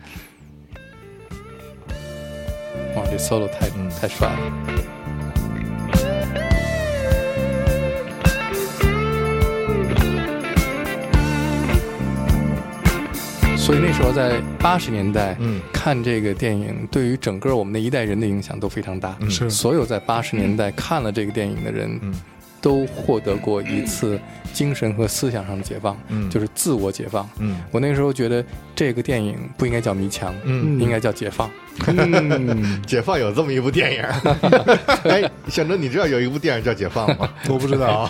哇，这 solo 太、
嗯
太帅了！所以那时候在八十年代，
嗯
看这个电影对于整个我们那一代人的影响都非常大。
是
所有在八十年代看了这个电影的人，
嗯
都获得过一次精神和思想上的解放，
嗯
就是自我解放。
嗯
我那时候觉得这个电影不应该叫《迷墙》，
嗯
应该叫《解放》。
嗯，
解放有这么一部电影，哎，象征，你知道有一部电影叫《解放》吗？
我不知道，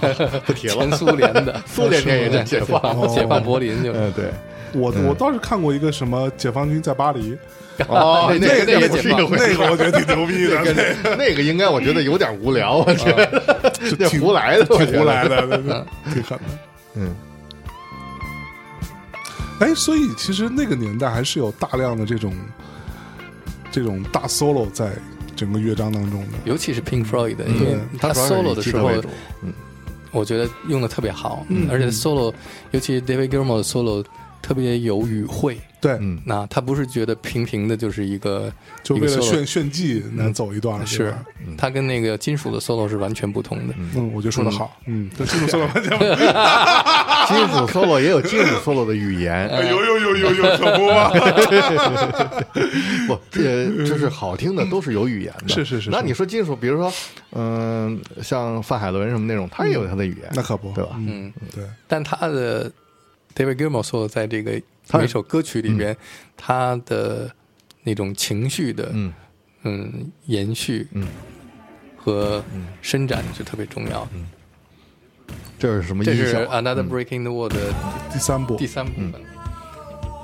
不提
前
了，
苏联的
苏联 电影叫《解放》。
放，解放柏林就是。
嗯，对，
我我倒是看过一个什么解放军在巴黎，
哦，那
那
那
个
个
不是
不是
一
一
个
个
回
回
那个我觉得挺牛逼的，
那个那个应该我觉得有点无聊，我觉得那
挺
胡来的，我觉
挺
得
胡来。的，对对挺狠的。
嗯，
哎，所以其实那个年代还是有大量的这种这种大 solo 在整个乐章当中的。
尤其是 Pink Floyd 的，因为他
嗯他主要是
solo
以
的
记
时
得
候嗯
为主，嗯
我觉得用的特别好，而且 solo，尤其 David Gilmour 的 solo 特别有语汇。
对，
嗯
那他不是觉得平平的，就是一个
就
一
为
个
了
solo
炫炫技能走一段儿，对
是
吧，
嗯
他跟那个金属的 solo 是完全不同的。
嗯，我觉得说的好，嗯，对，这种说的完全不
金属 solo 也有金属 solo 的语言，
哎呦呦呦呦呦，可不嘛，
不，这就是好听的，都是有语言的。
是是是
那
是
你说金属，比如说，嗯，像范海伦什么那种，他也有他的语言，
那可不，
对吧？
嗯，对，
但他的 David Gilmour 说，在这个
他嗯
每首歌曲里边，他的那种情绪的
嗯
嗯延续
嗯，
和伸展是特别重要的。
嗯这是什么
这
意
是
象？
Another Breaking the Wall 的
嗯
第三部
第三部分。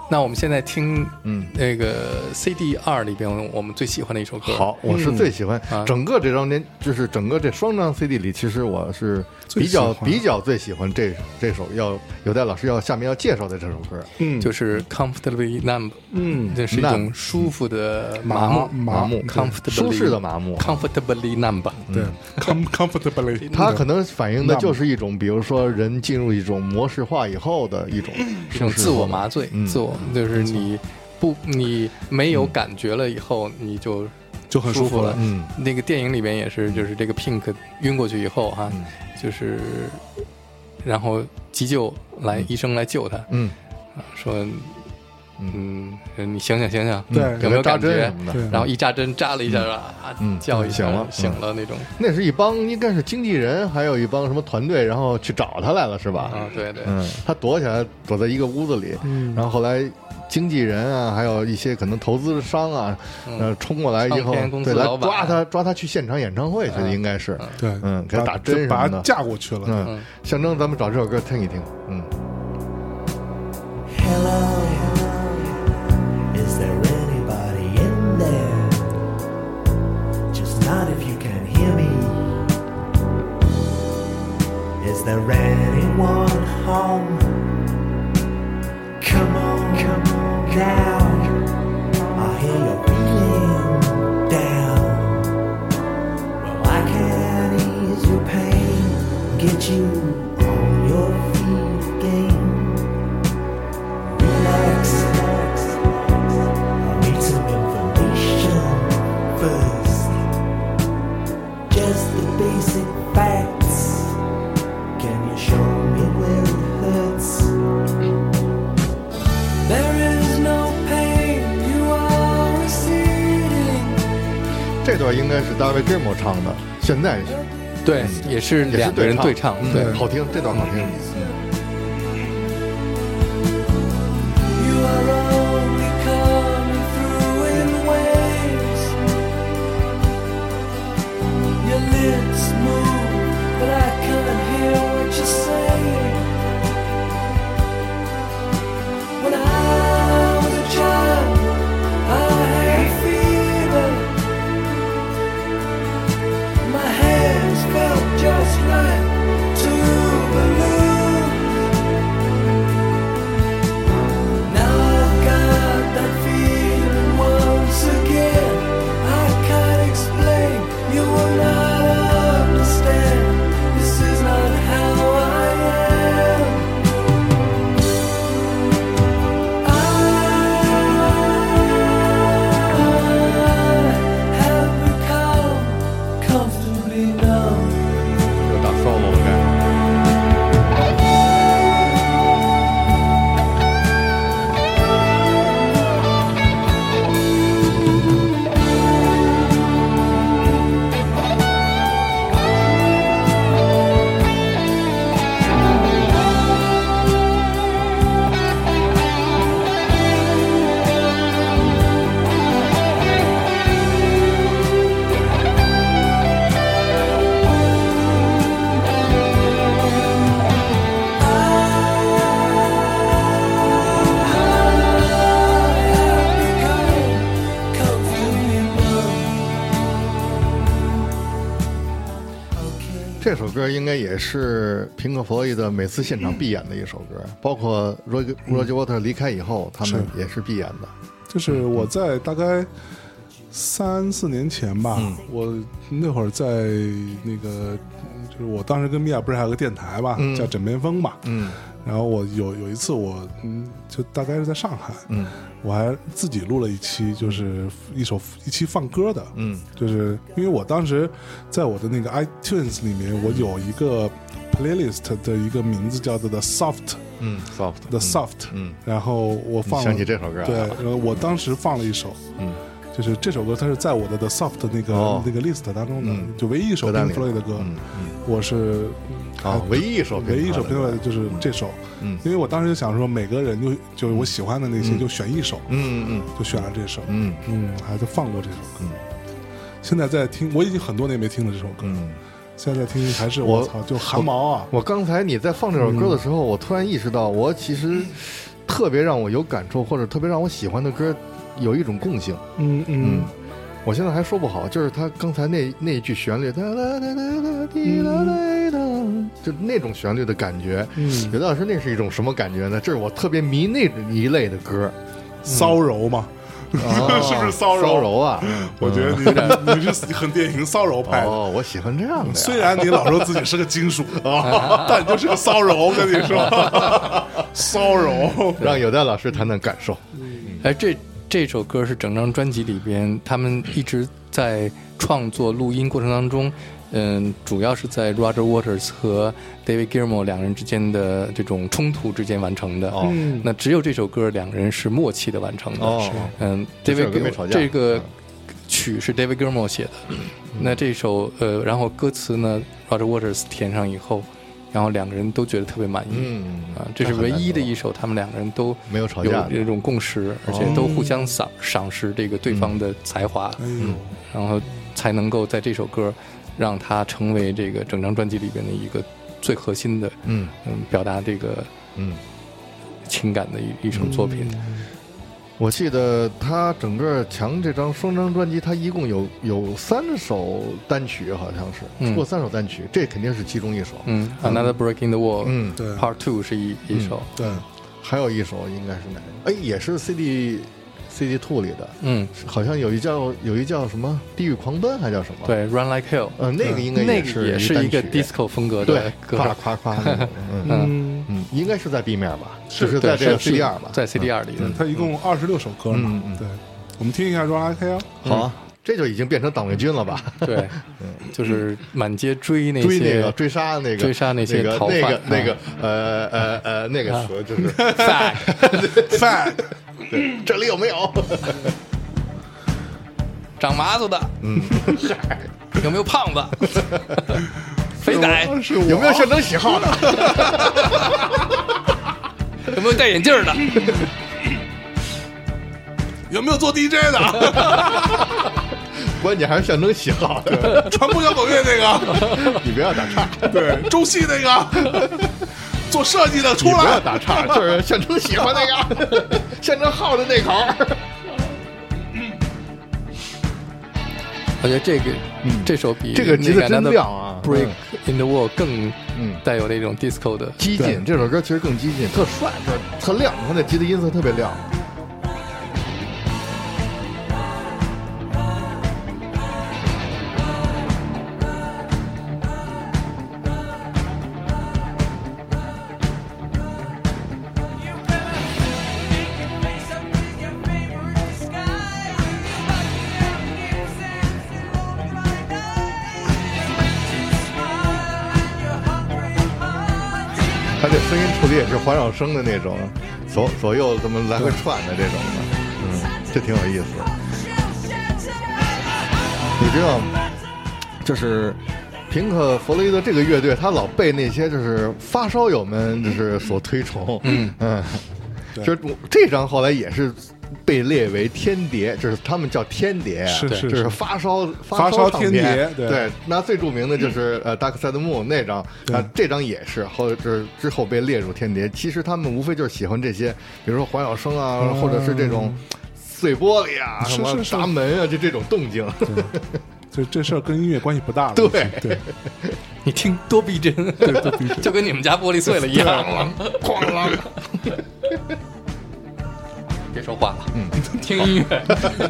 那我们现在听
嗯
那个 CD 二里边我们最喜欢的一首歌，
好，我是最喜欢、
嗯啊
整个这张连，就是整个这双张 CD 里，其实我是
最
比较
喜欢
比较最喜欢这这首要有戴老师要下面要介绍的这首歌，
嗯，
就是是 Comfortably Numb，
嗯
这是一种舒服的麻木
麻
麻木
木
comfortably
舒适的麻木
comfortably numb，
对，com comfortably，
它可能反映的就是一种，比如说人进入一种模式化以后的一种
这种嗯自我麻醉，
嗯
自我就是你不你没有感觉了以后，你就
就很舒
舒
服
了
了。
嗯
那个电影里边也是，就是这个 Pink 晕过去以后哈、
嗯
就是然后急救来医生来救他，
嗯
啊说嗯，你想想想想，
对
有没有
扎
感
针
觉
什么？
对
的，
然后一扎针扎了一下啊，
嗯
叫一下
醒了
醒了那种
那是一帮应该是经纪人，还有一帮什么团队，然后去找他来了是吧？
啊，对对，
嗯，他躲起来，躲在一个屋子里，
嗯
嗯
然后后来经纪人啊，还有一些可能投资商啊，呃，冲过来以
嗯唱
后
片公，司
对，来
老板
抓他，抓他去现场演唱会去，应该是，
对，
嗯给他
把
打针什
把
么
他
的
架过去了，
嗯，象征咱们找这首歌听一听，嗯，
Hello, is there anybody in there? Just not if you can hear me. Is there anyone home? Come on, come on now. I hear you're feeling down. Well, I can ease your pain, get you on your feet again. Relax, relax. I need some information first. Just the basic facts. Can you show me where it hurts?
There is no pain, you are receding.
这段应该是 David g i l m o 唱的，现在
对，也是
嗯也是
两个人对唱，
嗯
对，
好听，这段好听，
You are only coming through in waves. Your lips move, but I can't hear what you say. When I was a child, I had fever. My hands felt just right to balloons. Now I've got that feeling once again. I can't explain, you will not understand. This is not how I am. I have become comfortably numb.
又打 solo 了该。这首歌应该也是平克·弗洛伊德每次现场必演的一首歌，包括罗杰罗杰沃特离开以后，他们也是必演的。
就是我在大概三四年前吧，
嗯
我那会儿在那个，就是我当时跟米娅不是还有个电台吧，叫枕边风嘛，
嗯
然后我有有一次我嗯，就大概是在上海，
嗯，
我还自己录了一期，就是一首一期放歌的，
嗯，
就是因为我当时在我的那个 iTunes 里面，我有一个 playlist 的一个名字叫做 The Soft
嗯，soft
The Soft，
嗯，
然后我放了
想起这首歌来
对
了，
呃我当时放了一首，
嗯，
就是这首歌它是在我的 The Soft 的那个、
哦
那个 list 当中的，
嗯
就唯一一首
歌单
Pink
里
Floyd 的歌，
嗯
我是
啊，唯一一首，
唯一一首 Pink Floyd 的
的，
就是这首，
嗯
因为我当时就想说每个人就就是我喜欢的那些就选一首，
嗯嗯
就选了这首，
嗯
嗯，还就放过这首歌。现在在听，我已经很多年没听了这首歌。
嗯。
现在在听还是
我
我操，就汗毛啊！
我刚才你在放这首歌的时候，我突然意识到，我其实特别让我有感触，或者特别让我喜欢的歌，有一种共性。
嗯嗯，
我现在还说不好，就是他刚才那那一句旋律，哒哒哒哒哒滴哒哒哒，就那种旋律的感觉。
嗯
刘老师，那是一种什么感觉呢？这是我特别迷那一类的 歌，啊
骚柔嘛， 是不是嗯哦骚
骚
扰
扰 啊？
我觉得你你是很典型骚柔派的。
哦，我喜欢这样的呀。
虽然你老说自己是个金 属，但你就是个骚柔，我跟你 说，骚柔。
让有代老师谈谈感受，
哎，这这首歌是整张专辑里边他们一直在创作录音过程当中嗯，主要是在 Roger Waters 和 David Gilmour 两人之间的这种冲突之间完成的。
哦
嗯
那只有这首歌两人是默契的完成的。
哦，
嗯
这首
，David
歌没
Gilmour-
吵架
这个
嗯
曲是 David Gilmour 写的，那这首呃，然后歌词呢，Roger Waters 填上以后，然后两个人都觉得特别满意。
嗯
啊，这是
很
唯
难
一的
得
一首，他们两个人都
没有吵
有
架的
这种共识，而且都互相赏赏识这个对方的才华，
嗯
哎呦，
然后才能够在这首歌让它成为这个整张专辑里边的一个最核心的，
嗯
嗯，表达这个
嗯。
情感的一一首作品。
我记得他整个强这张双张专辑，他一共有有三首单曲，好像是
嗯
出过三首单曲，这肯定是其中一首。
嗯，Another Break in the Wall，
嗯
对
，Part Two 是一一首，
对，
还有一首应该是哪个？哎，也是 CD CD Two 里的，
嗯，
好像有一叫有一叫什么《地狱狂奔》，还叫什么？，
对，Run Like Hell，
呃，那个应该
那
是
个也是一个
单曲
disco 风格的
对，
歌，
夸夸夸那种， 嗯
嗯，
嗯，应该是在 B 面吧，
是
就是
对，
在这个
是
CD 二吧，
在 CD 二里的，
它一共二十六首歌
嗯嗯
嘛，对，我们听一下《Run 哎 Like Hell》。
好啊，
嗯
这就已经变成党卫军了吧？
对，就是满街追那
嗯追那
些
个追杀那个
追杀那
那
些
个
逃犯
那个那
啊
个呃呃呃那
啊
个词就是
fact，
Fat，
对这里有没有？
长麻子的，嗯，有没有胖 子，肥
哎
仔，
有没有象征喜好的？
有没有戴眼镜的？
有没有做 DJ 的？
关键还是象征喜好 的，
传播摇滚乐那个，
你不要打岔，
对，中戏那个，做设计的出
你不要
来，
打 岔，就是象征喜欢那个， 象征好的那口儿。
我觉得这个，这首比
嗯这个吉他
那
真
Another
亮啊
Break in the Wall 更
嗯
带有那种 disco 的，
激进，这首歌其实更激进，特帅，就是特亮，它的吉他音色特别亮。它这声音处理也是环绕声的那种，左左右这么来回串的这种的，嗯，这挺有意思的。你知道，就是平克·弗洛伊德这个乐队，他老被那些就是发烧友们就是所推崇，嗯嗯，就是我这张后来也是。被列为天碟，就是他们叫天碟啊，
是是
就是
是
发烧
发烧
烧唱
天
片
碟对
对，那最著名的就是呃《Dark Side of the Moon》那张，
嗯
啊，这张也是后就是之后被列入天碟。其实他们无非就是喜欢这些，比如说环绕声啊，或者是这种碎玻璃啊、
嗯是
什么
是是
砸门啊，就这种动静。
这这事儿跟音乐关系不大了。
对
对
你听多逼真， 就跟你们家玻 璃碎了一样，
啊
哐啷，别说话了，嗯， 听音乐。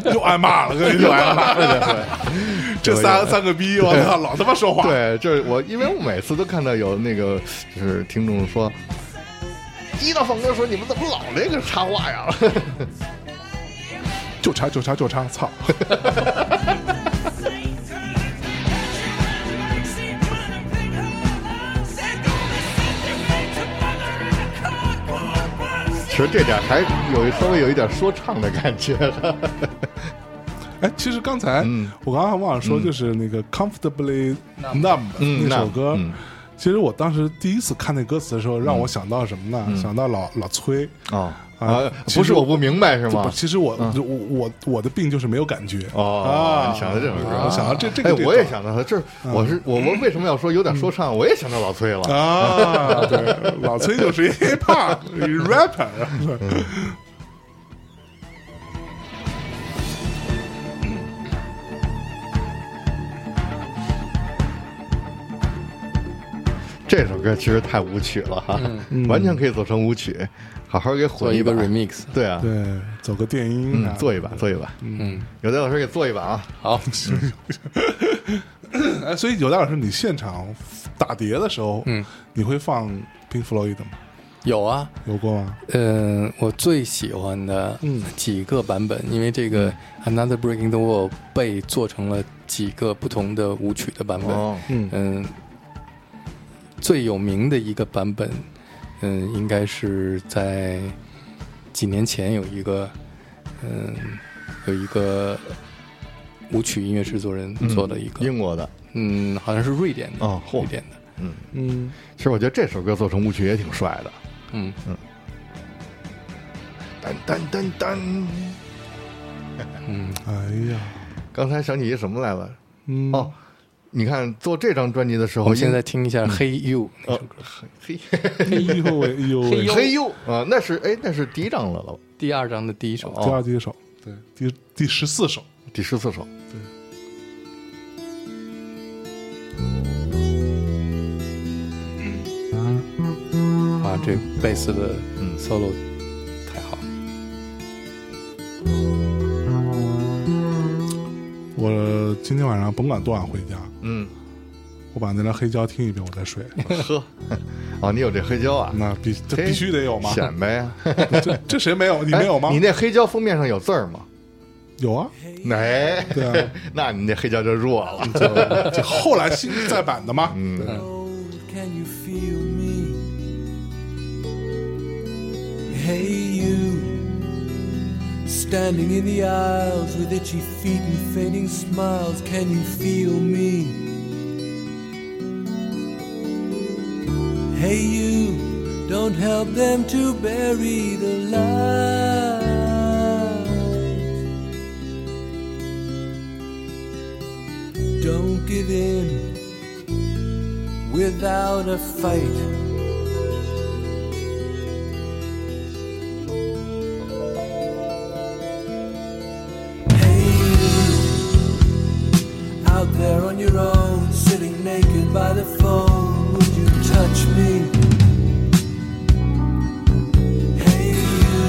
对，又挨骂了， 又挨骂了， 这三三个逼，我操，老他妈说话。
对，就是我，因为我每次都看到有那个就是听众说，一到放歌的时候你们怎么老那个插话呀？
就差就差就差，操！
其实这点还有一稍微有一点说唱的感觉了。
哎，其实刚才、
嗯
我刚刚忘了说，就是那个 comfortably numb
嗯
那首
numb，
歌。
嗯
其实我当时第一次看那歌词的时候，让我想到什么呢？想到老老崔
哦嗯啊
啊，
不是我不明白是
就不
吗？
其实我、我我我的病就是没有感觉
哦
啊，
你想到这首歌
我想到这这
哎
个，这，
我也想到他，就是我是我我为什么要说有点说唱？我也想到老崔了。
啊，对，老崔就是一 hip hop rapper，
嗯这首歌其实太舞曲了哈，完全可以做成舞曲，好好给
做
混
一个
把
remix。
对啊，
对，走个电音啊
嗯，，做一把，做一把，嗯，有的老师给做一把啊，
好，
哎，所以有戴老师，你现场打碟的时候，嗯，你会放 Pink Floyd 吗？
有啊，
有过吗？
嗯，我最喜欢的
嗯
几个版本，因为这个《Another
嗯
Breaking the Wall》被做成了几个不同的舞曲的版本。
哦，
嗯
嗯，最有名的一个版本，嗯，应该是在几年前有一个，嗯，有一个舞曲音乐制作人做的一个，
英国的。
嗯，好像是瑞典的，
哦嚯
瑞典的，
嗯，
其实我觉得这首歌做成舞曲也挺帅的，
嗯，
噔噔噔噔。
哎呀，
刚才想起一什么来了？
嗯，
哦，你看做这张专辑的时
我
候，
们现
哦英
在听一下《Hey You》那
呃
首歌，
嘿
哎 呦喂，哎呦喂，
呦
嘿呦啊，那是哎，那是第一张了了，
第二章的第一首，
哦
第二第一首，对，第第十四首，
第十四首。
啊，这贝斯的
嗯
solo 太好了，
我今天晚上甭管多晚回家，
嗯，
我把那张黑胶听一遍，我再 睡。
呵，哦，你有这黑胶啊？
那必这
嘿
必须得有嘛？
显呗。
这这谁没有？你
哎
没有吗？
你那黑胶封面上有字儿吗？
有啊？
没，
对啊，
那你那黑胶就弱了。
就就后来新再版的嘛。
嗯
对
Cold, can you feel me? Hey, you standing in the aisles with itchy feet and fading smiles, can you feel me? Hey, you don't help them to bury the light. Don't give in without a fight. Hey, you out there on your own, sitting naked by the phone, would you touch me? Hey, you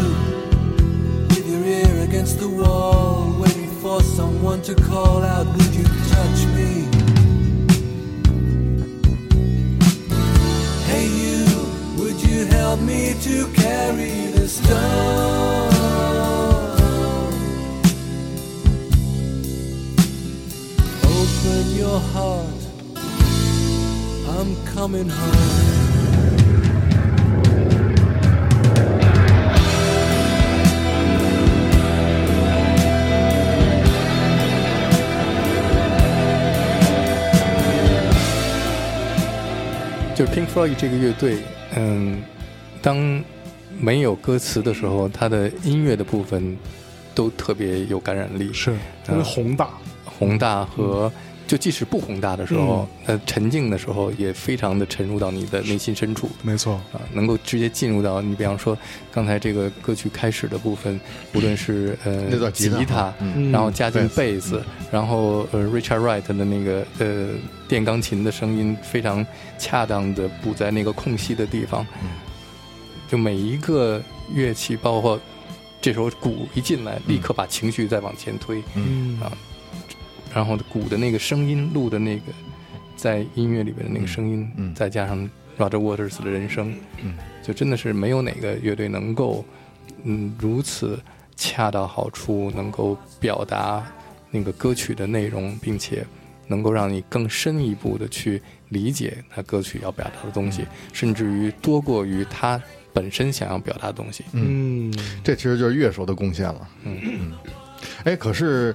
with your ear against the wall, waiting for someone to call out, would you touch me? Hey you, would you help me to carry this stone? Open your heart, I'm coming home.
就是 Pink Floyd 这个乐队，嗯，当没有歌词的时候，它的音乐的部分都特别有感染力，
是特
嗯
别宏大，
宏大和就即使不宏大的时候，呃，沉静的时候也非常的沉入到你的内心深处。
没错，
啊，能够直接进入到你，比方说刚才这个歌曲开始的部分，无论是 呃
那段吉
吉
他
他，
嗯
然后加进
贝斯
贝斯，然后呃 Richard Wright 的那个呃电钢琴的声音非常恰当的补在那个空隙的地方，嗯就每一个乐器，包括这首鼓一进来，立刻把情绪再往前推，
嗯
啊然后鼓的那个声音录的那个在音乐里面的那个声音，
嗯嗯
再加上 Roger Waters 的人声，
嗯
就真的是没有哪个乐队能够嗯如此恰到好处，能够表达那个歌曲的内容，并且能够让你更深一步的去理解他歌曲要表达的东西，
嗯
甚至于多过于他本身想要表达的东西。
嗯，
这其实就是乐手的贡献了。嗯，哎，可是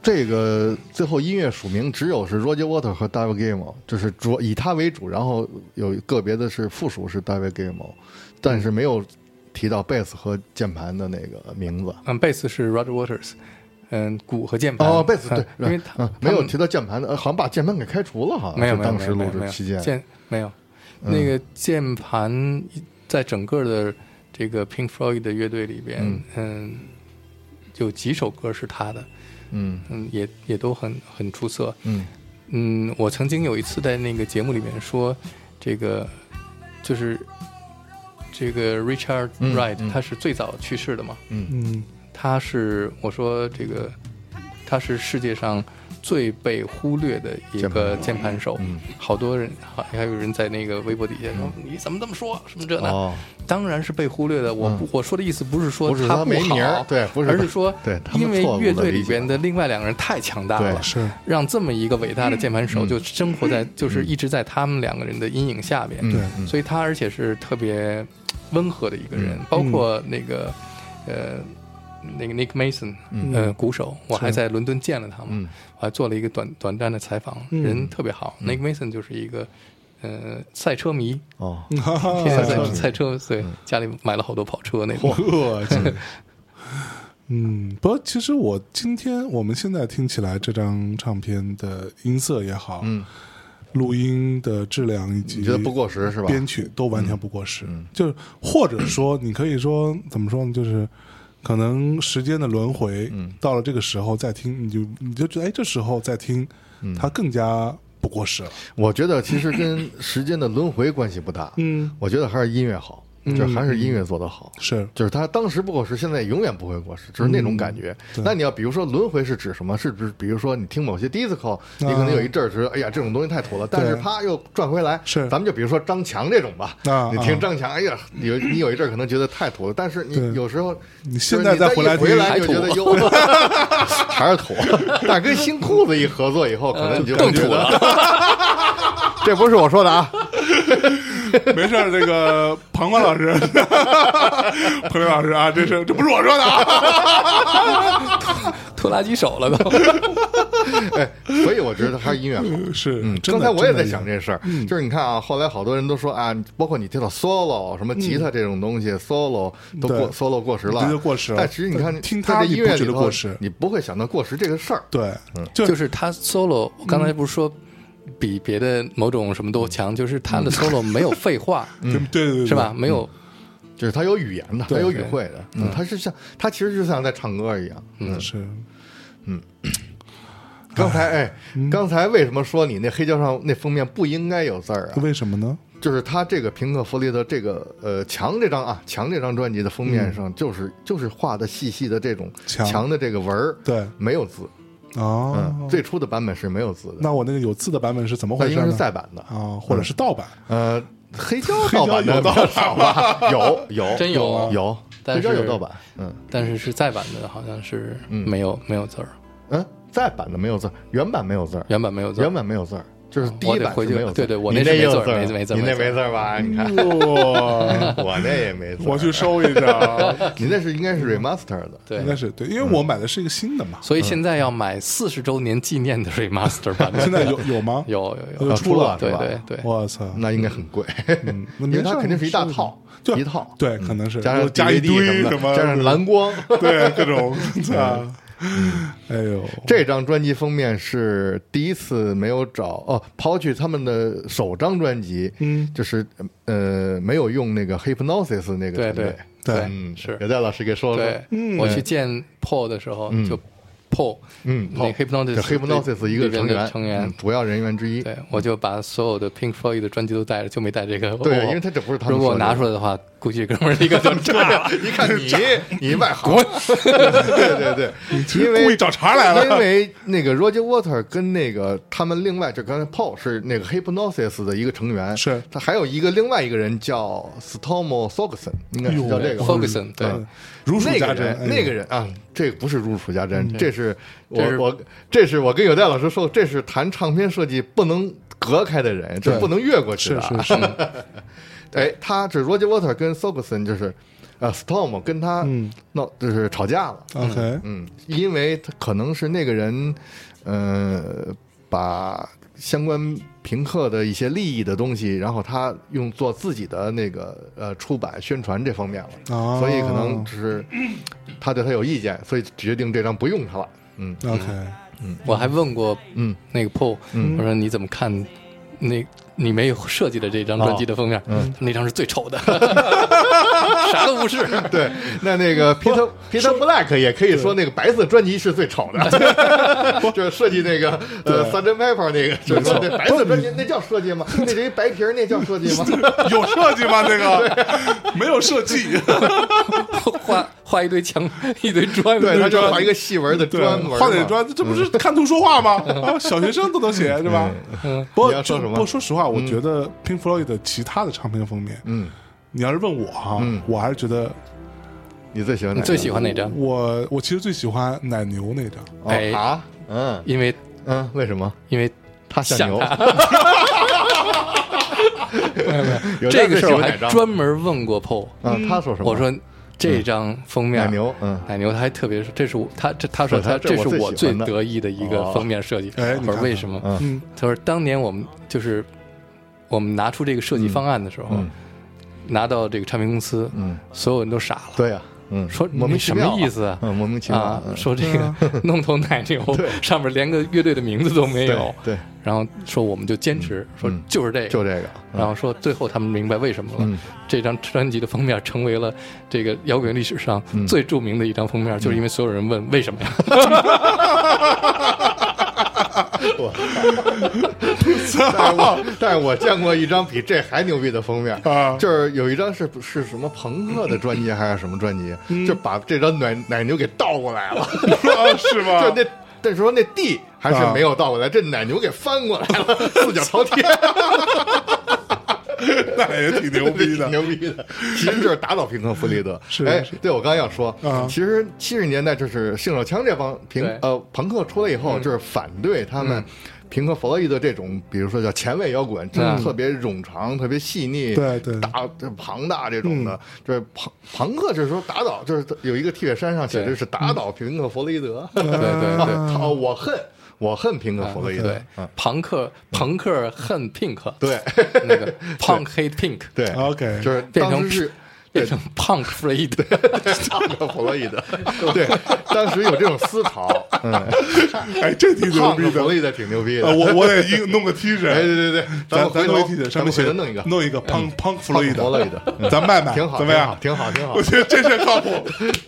这个最后音乐署名只有是 Roger Water 和 David Gilmour，就是主以他为主，然后有个别的是附属是 David Gilmour，但是没有提到贝斯和键盘的那个名字。
嗯，贝斯是 Roger Waters，嗯，鼓和键盘
哦，贝斯对
嗯， 因为他、
嗯没有
他们
提到键盘的，呃好像把键盘给开除了，好像
没有
是
没有
啊当
没
时
有没
录
有没
制
有
期间，嗯
键没有，那个键盘在整个的这个 Pink Floyd 的乐队里边，嗯
嗯
有几首歌是他的，
嗯
嗯，也也都很很出色。
嗯
嗯，我曾经有一次在那个节目里面说，这个就是这个 Richard
嗯
Wright，、
嗯
他是最早去世的嘛，
嗯
他是我说这个他是世界上最被忽略的一个键盘手，
嗯
好多人还还有人在那个微博底下说、你怎么这么说什么这那，
哦嗯
当然是被忽略的。我不、我说的意思不是说
不是
他
他
不
没名儿
好，
对不是
而
他
是说
对他们
因为
错误地
乐队里
理解
边的另外两个人太强大
对
了，
是
让这么一个伟大的键盘
嗯
手就生活在、就是一直在他们两个人的阴影下边，
嗯
对
嗯
所以他而且是特别温和的一个人，包括
嗯
那个呃那个 Nick Mason，、呃鼓手，我还在伦敦见了他嘛，
嗯
我还做了一个短短暂的采访，人特别好、n i c k Mason 就是一个呃赛车迷，
哦，
天天
赛
在
车迷
赛车，对，
嗯
家里买了好多跑车那种，
我去。嗯，不过其实我今天我们现在听起来这张唱片的音色也好，
嗯，
录音的质量以及
你觉得不过时是吧？嗯
编曲都完全不过时，就是或者说你可以说怎么说呢，就是可能时间的轮回，
嗯
到了这个时候再听，你就你就觉得哎，这时候再听，
嗯
它更加不过时了。
我觉得其实跟时间的轮回关系不大，
嗯，
我觉得还是音乐好，就
嗯
还是音乐做得好。
是，
就是他当时不过时，现在永远不会过时，就是那种感觉。
嗯
那你要比如说轮回是指什么？是指比如说你听某些
啊
disco，你可能有一阵儿觉得哎呀这种东西太土了，但是啪又转回来。
是
咱们就比如说张强这种吧
啊，
你听张强，哎呀，有你有一阵儿可能觉得太土了，但是
对
你有时候
你现在
就是
再
你
回
回
来
来
听
就觉得哟，还是土。但是跟新裤子一合作以后，可能你就
更土
了。 这不是我说的啊，
没事儿，这个 庞宽老师，彭磊老师啊，这是这不是我说的啊，
拖拉机手了都。
哎所以我觉得还是音乐好。
是，
嗯，
真
刚
的
才我也在想
真的嗯
这事儿，就是你看啊，后来好多人都说啊，包括你听到 solo
嗯
什么吉他这种东西，solo 都
对
过 solo 过时
直
了，
接过时了
但其实你看，
但听
在
它
这
你
音
不
乐
觉
里
得
头
过时
你不会想到过时这个事儿。
对，就
就是他 solo，我刚才不是说比别的某种什么都强，就是他的 solo 没有废话，
对
嗯
对对对，
是吧？没有，
就是它有语言的，它有语
对
汇的，嗯，它是像它其实就像在唱歌一样。嗯
对？，是，
刚 才哎，
嗯
刚才为什么说你那黑胶上那封面不应该有字儿啊？
为什么呢？
就是他这个平克·弗雷德这个呃墙这张啊墙这张专辑的封面上，就是、就是画的细细的这种
嗯墙
墙的这个纹儿，
对
没有字。
哦，
嗯，最初的版本是没有字的，
那我那个有字的版本是怎么
那
回
应
事
该
呢？
是再版嗯的。
啊，或者是 盗版，
呃，黑胶盗版的
黑胶有盗版
少吧？有有
真有啊
有，
但
黑胶
是
有盗版，嗯
但是是再版的，好像是没有没有字儿，
嗯，再版的没有字儿，原版没有字儿，
原版没有字儿
原。版没有字儿，就是第
我
一
得
版
回
是
去
没有字儿。
对对我
你
那
那
是没
也有
字儿
儿
没没字儿
你
没
那
字儿
没字 儿吧？你看，
哇，
我那也没字儿，
我去收一张，
你那是应该是 remaster 的，
对
应该，是对，因为
嗯
我买的是一个新的嘛，
所以现在要买四十周年纪念的 remaster 版本，
现在有有吗？
有有有
啊
有出了
对
是吧
对对，
我操，
那应该很贵，
嗯那
因
没
为
事
它
儿
肯定是一大
是
套，
就
一套，嗯
对，可能是
加上
加一
DVD
堆
什
么，
么，加上蓝嗯光。
对 各种啊，哎呦，
这张专辑封面是第一次没有找哦，抛去他们的首张专辑，
嗯
就是呃没有用那个 Hypnosis 那个
对对
团队，
对
嗯，
是
给戴老师给说了
对
说，，
我去见 Paul 的时候就 Paul，
嗯
那 Hypnosis
这 Hypnosis 一
里
个
边
成
的
员，
成员
嗯，主要人员之一，
对，我就把所有的 Pink Floyd 的专辑都带着，就没带这个。
对
我
因为它这不是他们
如果
说
我
的
拿出来的话，估计哥们儿一 个 就炸
啊
了。
一看你，你外行， 对对对，因为
故意找茬来了
因为那个 Roger Water 跟那个他们另外就刚才 Paul 是那个 Hypnosis 的一个成员，
是
他还有一个另外一个人叫 Stormo Ferguson，应该是叫这个 吧
Ferguson，对
嗯
如数
那
家
个
珍，哎嗯
人，那个人啊，这不是如数家珍，这是我
这是
我这是我跟有代老师说，这是谈唱片设计不能隔开的人，就
对
不能越过去
是
的啊。
是是，
哎，他是 Roger Water 跟 Ferguson 就是，呃，Storm 跟他
嗯
闹、就是吵架了，
OK，
嗯，因为他可能是那个人，呃，把相关评课的一些利益的东西，然后他用做自己的那个呃出版宣传这方面了，
哦
所以可能就是他对他有意见，所以决定这张不用他了。嗯，
OK，
我还问过，
嗯，
那个 Paul，我说你怎么看那你没有设计的这张专辑
哦
的封面？嗯，他说那张是最丑的， 啥都不是。
对，那那 个 Peter Peter Black 也可以说那个白色专辑是最丑的， 就是设计那个呃 s u r g e n Pepper 那个，就是说那白色专辑那叫设计吗？那是一白皮 儿，那叫设计吗？
有设计吗？这个没有设计，
后画画一堆墙，一堆砖，
对，他就
砖
画一个细纹的
对
砖纹嘛，
画点砖，这不
嗯
是看图说话吗？啊，小学生都能写是吧？不
嗯你要说
过就
什么
不过说实话，我觉得 Pink Floyd 的其他的唱片封面，
嗯，
你要是问我哈，我还是觉得
你最喜欢哪
你
个？
最喜欢哪张？
我我其实最喜欢奶牛那 张，
哦
哎
啊，嗯
因为
嗯，为什么？
因为
他
想
像牛。 有
这个事
最喜
儿，我还
欢哪张
专门问过 PO，
嗯，他说什么？
我说这张封面
嗯奶牛嗯
奶牛他还特别说，这是我他这他说
是他
他
这
这
是
是
我
我最
最喜欢的
得意的一
哦
个封面设计。
哎你
我说
看
为
看
什么？
嗯，
他说当年我们就是我们拿出这个设计方案的时候，
嗯
拿到这个唱片公司，
嗯
所有人都傻了，
对呀，嗯，
说
莫名
你
其
什么
妙啊
意思啊
嗯，莫名其妙
啊，
嗯
说这个 弄头奶牛
对
上面连个乐队的名字都没有，
对对
然后说我们就坚持，说
嗯
就是这个，
就这个，
然后说最后他们明白为什么了。
嗯
这张专辑的封面成为了这个摇滚历史上最著名的一张封面，就是因为所有人问为什么呀？
但是我但是我见过一张比这还牛逼的封面
啊
就是有一张是是什么朋克的专辑还是什么专辑，就把这张奶奶牛给倒过来了，
啊嗯 是吗
就那那时候那 D 还是
啊
没有倒过来，这奶牛给翻过来 了，四脚朝天，
那也 挺牛 逼的，
牛逼的，其实就是打倒平克·弗里德。
是
哎
是，
对我刚刚要说
啊，
其实七十年代就是性手枪这帮平
对
呃朋克出来以
嗯
后，就是反对他们。平克·弗洛伊德这种，比如说叫前卫摇滚，真的特别冗长、特别细腻、
嗯对对嗯
大这庞大这种的，就是朋朋克，就是说打倒，就是有一个 T 恤衫上写的
对
是打倒平克·弗洛伊德，
嗯
对对 对。
好，我恨我恨平克·弗洛伊德
对，，朋克朋克恨 pink，
嗯 对
那个 punk hate pink，
对
OK
就是
变
当
成
时是
变成 punk freed，
克弗洛伊德，对，当时有这种思潮，嗯，
哎，这挺牛
胖
逼
克弗
的
洛。伊德挺牛逼
啊，
的，
我我得印弄个 T 恤，
哎对对对，
咱
咱们回
咱
头
弄一 T 恤，上
咱
面
们
写嗯
回头
着
弄一个，
弄一个 punk punk 弗洛伊德，
弗洛伊德嗯
咱卖卖，
挺好，
怎么样？
挺好，挺好，
我
挺好
觉得这事儿靠 谱，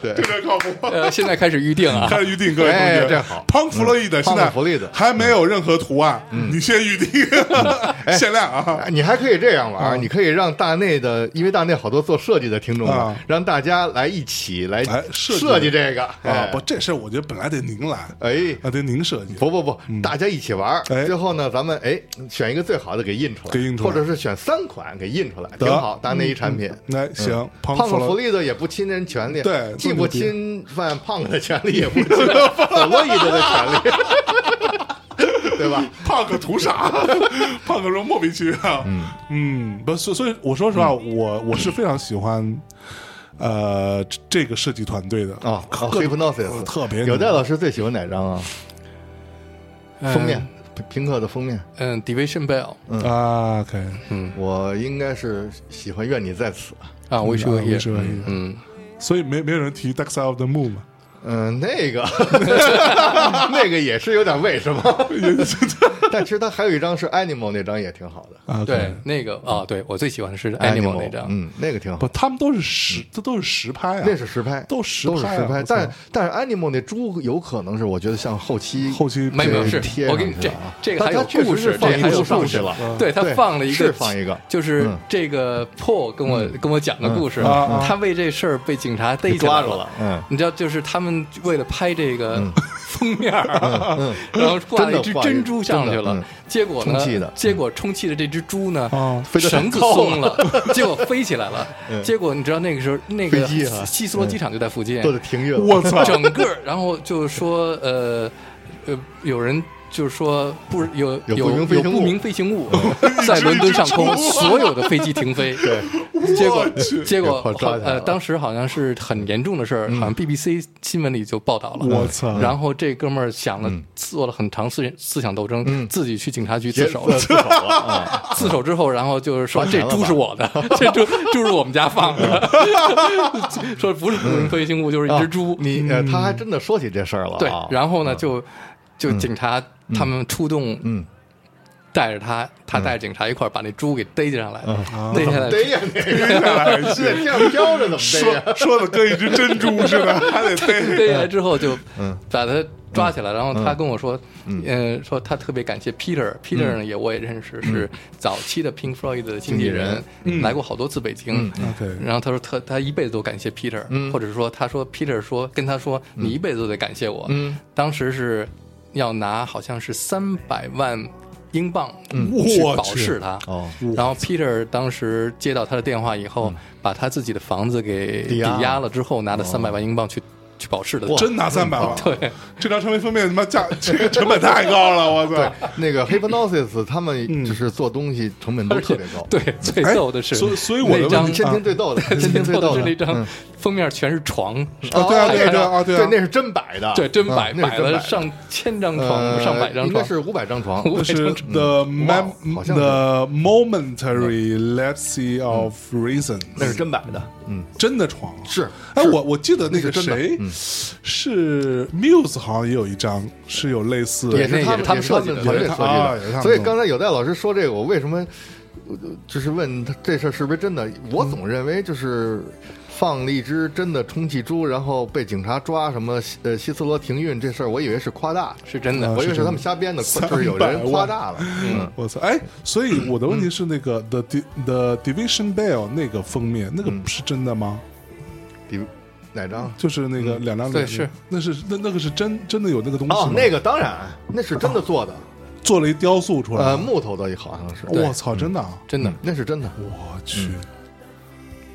对
这事儿靠谱。
呃，现在开始预定 啊，
开始预定，各位同
哎
学，
这好
胖弗洛伊德
嗯
现在
胖弗洛伊德
还没有任何图案，你先预定，限量啊！
嗯哎你还可以这样玩
嗯
儿，你可以让大内的，因为大内好多做设计的听众嘛
啊，
让大家来一起来
哎设计
设计这个
啊
哎，
不，这事儿我觉得本来得您来，
哎。
啊，得您设计。
不不不，大家一起玩儿，
嗯哎
最后呢，咱们哎选一个最好的给印出来，
给印出来
或者是选三款给印出来，
得嗯
挺好。大内一产品，
来，哎行，胖
嗯胖
弗
子弗
洛，
利德也不侵人权利，
对
既
这
不
么牛逼
侵犯胖子的权利，也不侵 犯弗洛伊德的权利， 对吧？
胖哥图 啥？胖哥说莫名其妙。嗯，不，所所以我说实话，
嗯
我我是非常喜欢。呃，这这个设计团队的
啊
各种
，hypnosis
特别
有
牛哎
戴老师最喜欢哪张啊？封面，平克的封面，
嗯，Division Bell
啊，OK，
嗯
嗯
我应该是喜欢《愿你在此》。
啊，Wish You Were
啊，Wish You Were
Here，
Here
嗯，
所以没没有人提《Dark Side of the Moon》嘛？
嗯，那 个，那个也是有点为什么，但其实他还有一张是 Animal 那张也挺好的
啊，
对，，那个啊，对我最喜欢的是 Animal 那张，
嗯，那个挺好
不，。他们都是实，这都是实拍啊，
那是实拍，
都实
都是
拍啊
实拍，
我操
但但是 Animal 那猪有可能是，我觉得像后期
后期
没有没有，是
贴
我给你
上去
这
了啊
这个
它
还有
它确实
故
是
事，这
放
个还
一
有
个上
故
去
事
了嗯
对他
对
放了一个，
是放一个
就是
嗯
这个 Paul 跟我跟我讲的故事
啊啊，
他为这事儿被警察逮起来
抓住了嗯
你知道，就是他们为了拍这个 封面儿， 然后挂了一只
嗯真的挂一
珍珠上去
真的
了
嗯，
结果
充
呢
气的，
结果充气的这只猪呢
哦，
飞得太
绳子
高了嗯
松了，结果飞起来了，结果你知道那个时候那个
飞机啊
希斯罗机场就在附近，
都得停运了。
我 操，
整个儿，然后就说呃呃，有人就是说不有
有
有
不明飞行物
不明飞行物 在伦敦上空，所有的飞机停飞。 对。结果，结果
给抓起来了嗯
呃，当时好像是很严重的事儿，好像 BBC 新闻里就报道了。
我操
然后这哥们儿想了，
嗯
做了很长思思想斗争，自己去警察局自首了
自。首 了啊！
自首之后，然后就是说
还
这
呃钱了吧
猪是我 的，这猪猪是我们家放的， 说不是不明飞行物，就是一只猪。
你呃，他还真的说起这事儿了
嗯对
啊，。
然后呢，就就警察他们出动，
嗯，
带着他，他带着警察一块儿把那猪给逮上来了，逮下来
嗯逮呀，那个是这样飘着怎么逮呀？
说说的跟一只珍珠似的，还得
逮
飞。
下来之后就把他抓起来，然后他跟我说，嗯，说他特别感谢 Peter，Peter 呢也我也认识，是早期的 Pink Floyd 的经纪人，嗯来过好多次北京。
OK
然后他说他他一辈子都感谢 Peter，或者说他说 Peter 说跟他说你一辈子都得感谢我。当时是要拿好像是三百万英镑去
我
保
去
释他，
哦
然后 Peter 当时接到他的电话以后，把他自己的房子给嗯
抵
抵
押
押了之后，拿
哦
了三百万英镑去去保释的。
真拿三 百万，对，这张唱片封面他妈价 这个成本太高了，我操！
那个 Hypnosis 他们就是做东西成本都特别高，
嗯
嗯
对，最
哎
逗的是，
所以所以我的
那
问
张
题
先听最 逗的，先听最
最
逗
逗的是哦
的嗯哦
那张封面全是床，
啊，对啊，对啊，对啊，
对
啊，
那是真摆的，
对，真
嗯
摆
那是
摆
真
了
的
上千张
呃
床，上百张
应该
床。
是五百张床，
那是 the
哇
mem
好像是
the momentary lapse of reason，
那是真摆的，嗯，
真的床啊
是
哎，
是
我我记得那个
那是真的嗯
谁是 Muse 好像也有一张是有类似
对
也
的，
那也是
是他们
他们设
设
计的
团队
也是
设
他
计
啊也是
的。
他们
所以
弄的
刚才有戴老师说这个，我为什么呃就是问他这事儿是不是真的？我总认为就是放了一只真的充气猪，然后被警察抓什么西呃希斯罗停运这事儿，我以为是夸大，
是真的
我以为
是真
是
的
他们瞎编的，
300
就是有人夸大了。嗯，
我操！哎，所以我的问题是那个 the Di- the division bell 那个封面那个是真的吗？
比如哪张？
就是那个两张
对
脸
是
那是那那个是真真的有那个东西
哦
吗，
那个当然，那是真的做的，
做了一雕塑出来
呃，，木头的好像是，
我操，真的啊！
真的
嗯那是真的。
我去，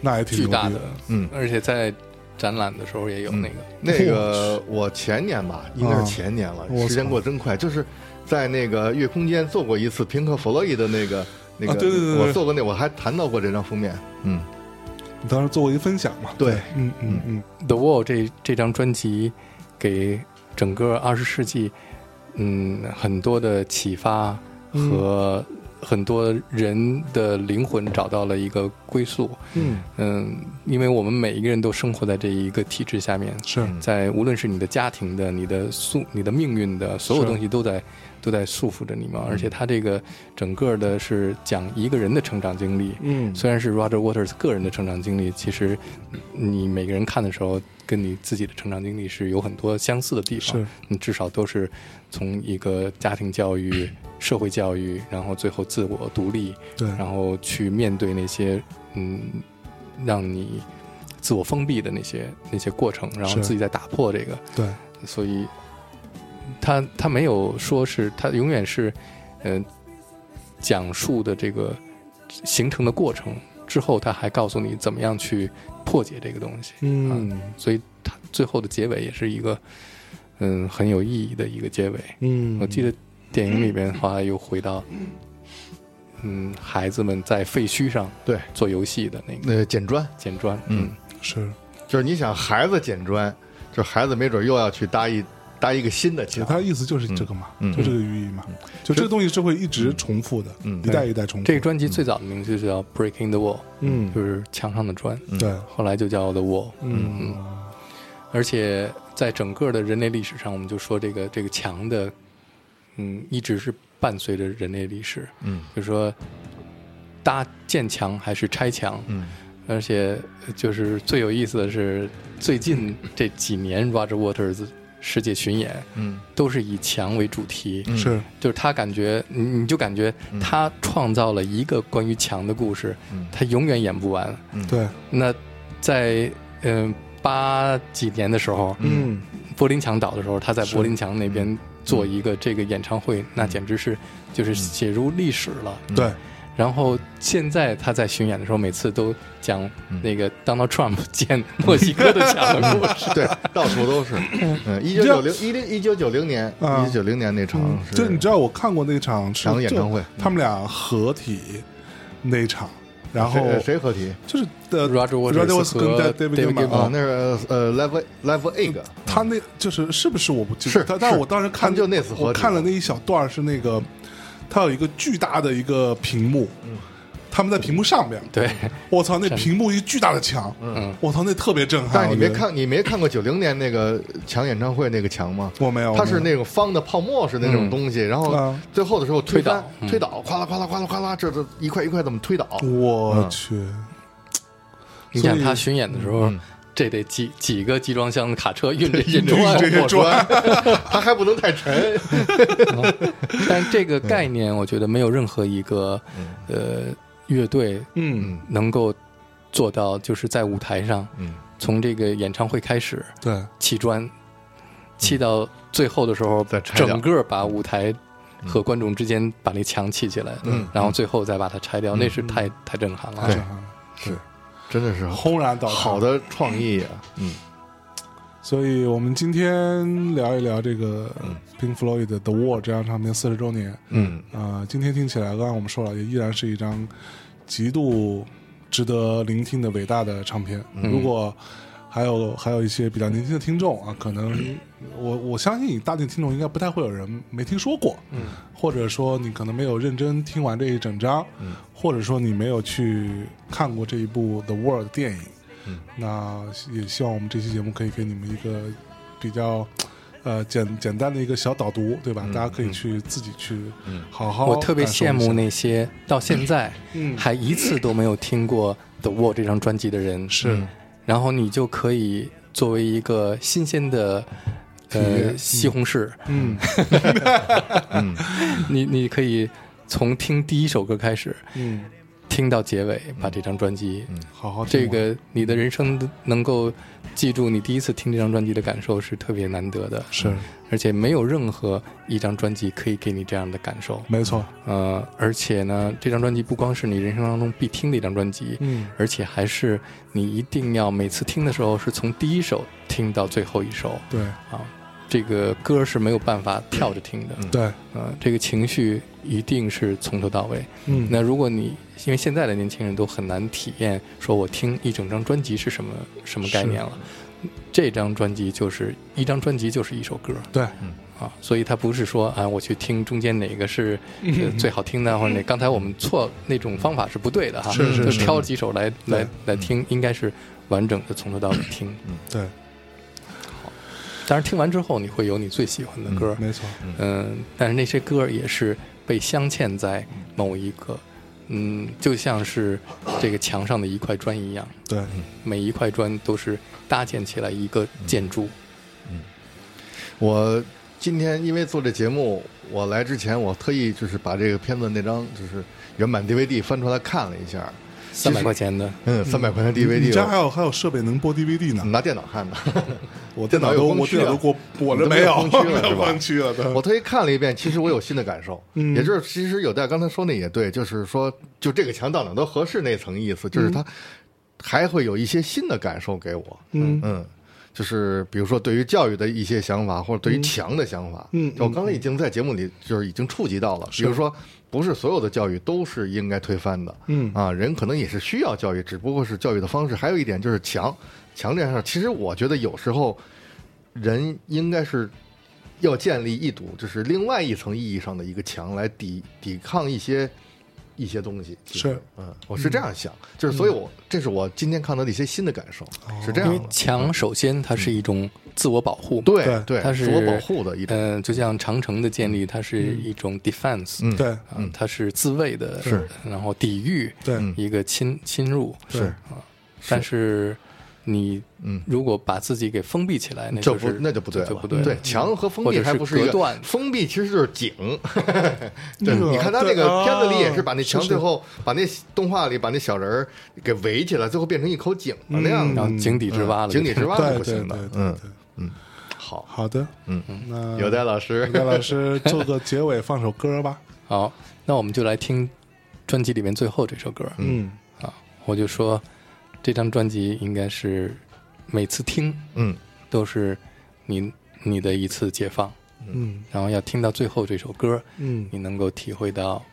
那也挺
巨
牛逼
大的
的，，
嗯
而且在展览的时候也有那个，
那个我前年吧，应该是前年了，
啊我操
时间过得真快。就是在那个月空间做过一次平克·弗洛伊的那个那个，
啊对对对对
我做过那，我还谈到过这张封面。嗯，
你当时做过一分享嘛？
对
嗯嗯嗯，
The Wall 这这张专辑给整个二十世纪，嗯，很多的启发
嗯
和很多人的灵魂找到了一个归宿。
嗯
因为我们每一个人都生活在这一个体制下面，
是
在无论是你的家庭的、你的宿、你的命运的所有
是嗯
东西都在都在束缚着你嘛。而且他这个整个的是讲一个人的成长经历，
嗯
虽然是 Roger Waters 个人的成长经历，其实你每个人看的时候，跟你自己的成长经历是有很多相似的地方
是。
你至少都是从一个家庭教育、社会教育，然后最后自我独立，
对
然后去面对那些嗯，让你自我封闭的那些那些过程，然后
是
自己在打破这个。
对，
所以他他没有说是他永远是嗯、讲述的这个形成的过程之后，他还告诉你怎么样去破解这个东西。
嗯
啊所以他最后的结尾也是一个嗯很有意义的一个结尾。
嗯
我记得电影里边后来又回到嗯孩子们在废墟上
对，
做游戏的那个
那捡砖
捡砖，
嗯
是，
就是你想孩子捡砖，就是孩子没准又要去搭一搭一个新的
其实
墙。
他意思就是这个嘛，
嗯
就这个寓意嘛，就这个东西是会一直重复的，
嗯
一代一代重复。
这个专辑最早的名字就叫《Breaking the Wall》，
嗯
就是墙上的砖。
嗯
对，
后来就叫 The Wall。
嗯
而且在整个的人类历史上，我们就说这个这个墙的，嗯，一直是伴随着人类历史。
嗯
就是说搭建墙还是拆墙，
嗯，
而且就是最有意思的是，最近这几年 Roger Waters 世界巡演
嗯
都是以墙为主题，
嗯
是
就是他感觉，你你就感觉他创造了一个关于墙的故事，
嗯
他永远演不完。
对，
那在嗯八、几年的时候，
嗯
柏林墙倒的时候，他在柏林墙那边
嗯
做一个这个演唱会，那简直是就是写入历史了。
嗯
对，
然后现在他在巡演的时候，每次都讲那个 Donald Trump 建墨西哥的墙的故事。
对，到处都 是。嗯，一九九零一零一九九零年，
啊嗯
一九九零年那场是，
就你知道我看过那场是
两个演唱会
就他们俩合体那场，然后
谁谁合体？
就是的
Roger Waters
跟
和
David
David
Gilmour，
Gilmour
啊
哦，
那是呃 Live Live Egg。
他那就是是不是我不记
是
得，但但是
是
我当时
他
看
们就那次合
我
体
看了那一小段儿是那个，他有一个巨大的一个屏幕，
嗯
他们在屏幕上面，
对，
我操，那屏幕一巨大的墙，嗯，我操，那特别震撼。
但是你
我觉
没
得，
看，你没看过九零年那个强演唱会那个墙吗？
我没有，
它是
我没有
那种方的泡沫似的那种东西，然后
啊
最后的时候推翻
嗯推倒嗯
推倒，哗啦哗啦哗啦哗啦，这这一块一块怎么推倒？
我去，
你
所以
想他巡演的时候，这得几几个集装箱的卡车运这运这
运这
些
些砖，
它还不能太沉。
但这个概念，我觉得没有任何一个呃乐队
嗯，
能够做到，就是在舞台上，
嗯，
从这个演唱会开始
对，
砌砖，砌到最后的时候
再，拆掉
整个把舞台和观众之间把那墙砌起来，
嗯
然后最后再把它拆掉，那是太太震撼了。
对
震撼
真的是
啊轰然倒塌。
好，的创意啊！嗯，
所以我们今天聊一聊这个 Pink Floyd 的《The Wall》这张唱片四十周年。
嗯，
啊、今天听起来，刚刚我们说了，也依然是一张极度值得聆听的伟大的唱片。如果还有还有一些比较年轻的听众啊，可能我我相信大众听众应该不太会有人没听说过，嗯，或者说你可能没有认真听完这一整张，嗯，或者说你没有去看过这一部《The World》电影，嗯，那也希望我们这期节目可以给你们一个比较。呃，简简单的一个小导读，对
嗯
吧？大家可以去自己去好好。
我特别羡慕，那些到现在
嗯
还一次都没有听过《The Wall》这张专辑的人，嗯
是
然后你就可以作为一个新鲜的呃西红柿，
嗯，
你你可以从听第一首歌开始，
嗯，
听到结尾，把这张专辑，
好好听
这
完
个你的人生能够记住你第一次听这张专辑的感受是特别难得的，
是
而且没有任何一张专辑可以给你这样的感受。
没错，
呃，而且呢，这张专辑不光是你人生当中必听的一张专辑，
嗯
而且还是你一定要每次听的时候是从第一首听到最后一首
对
啊，这个歌是没有办法跳着听的，
对，
呃，这个情绪一定是从头到位。
嗯
那如果你因为现在的年轻人都很难体验，说我听一整张专辑是什么什么概念了，这张专辑就是一张专辑就是一首歌，
对
啊，所以他不是说啊，我去听中间哪个是、呃
嗯
最好 听的，或者哪刚才我们错那种方法是不对的哈，
是是
就是挑几首来来来听，应该是完整的从头到尾听。
对，
嗯
当然听完之后你会有你最喜欢的歌，
没错，
嗯、但是那些歌也是被镶嵌在某一个，嗯，就像是这个墙上的一块砖一样，
对，
嗯
每一块砖都是搭建起来一个建筑。
我今天因为做这节目，我来之前我特意就是把这个片子那张就是原版 DVD 翻出来看了一下，
三百块钱的，
嗯，三百块钱
你
DVD，
家还
我
有还有设备能播 DVD
我
呢，
拿电脑看的。 嗯
我
电脑
都
有光
我
驱
电脑
啊
都过我
你
这
都
没
没有光
有
驱了
没有
是吧
光驱了，对
我特意看了一遍，其实我有新的感受，
嗯
也就是其实有戴刚才说那也对，就是说就这个墙到哪都合适那层意思，就是它还会有一些新的感受给我，
嗯
嗯，就是比如说对于教育的一些想法，或者对于墙的想法，
嗯嗯
我刚才已经在节目里就是已经触及到了，比如说不是所有的教育都是应该推翻的，
嗯
啊，人可能也是需要教育，只不过是教育的方式。还有一点就是强，强这件事儿，其实我觉得有时候人应该是要建立一堵，就是另外一层意义上的一个墙来抵抵抗一些一些东西。其实
是，
嗯，我是这样想，就是所以我，这是我今天看到的一些新的感受，是这
因
样
为
的。
墙首先它是一种自我保护嘛，
对对，
它是
自我保护的一种，
嗯、就像长城的建立，它是一种 defense，
嗯
对
啊它是自卫的，
是，
然后抵御
嗯
对
一个侵侵入，啊
对
但是你
嗯
如不把自己给封闭起来，那
这
就
不
是
那就不对
就
了，
不对了，嗯
对墙和封
或
闭
者
还
是
不是
隔
一个嗯
断
封闭，其实就是井。
对
对，你看他那
对
个
啊
片子里也是把那墙
是
最后把那动画里把那小人儿给围起来，最后变成一口井了
嗯
那样
然
的。
后井底之蛙了，
嗯井底之蛙是
对
不
对
行
对
的。
对
嗯，
对，
好，
好的，
嗯，
那
有戴老师
有，戴老师做个结尾，放首歌吧，
好，那我们就来听专辑里面最后这首歌，
嗯，
啊，我就说这张专辑应该是每次听
嗯
都是你你的一次解放，
嗯
然后要听到最后这首歌，
嗯
你能够体会到，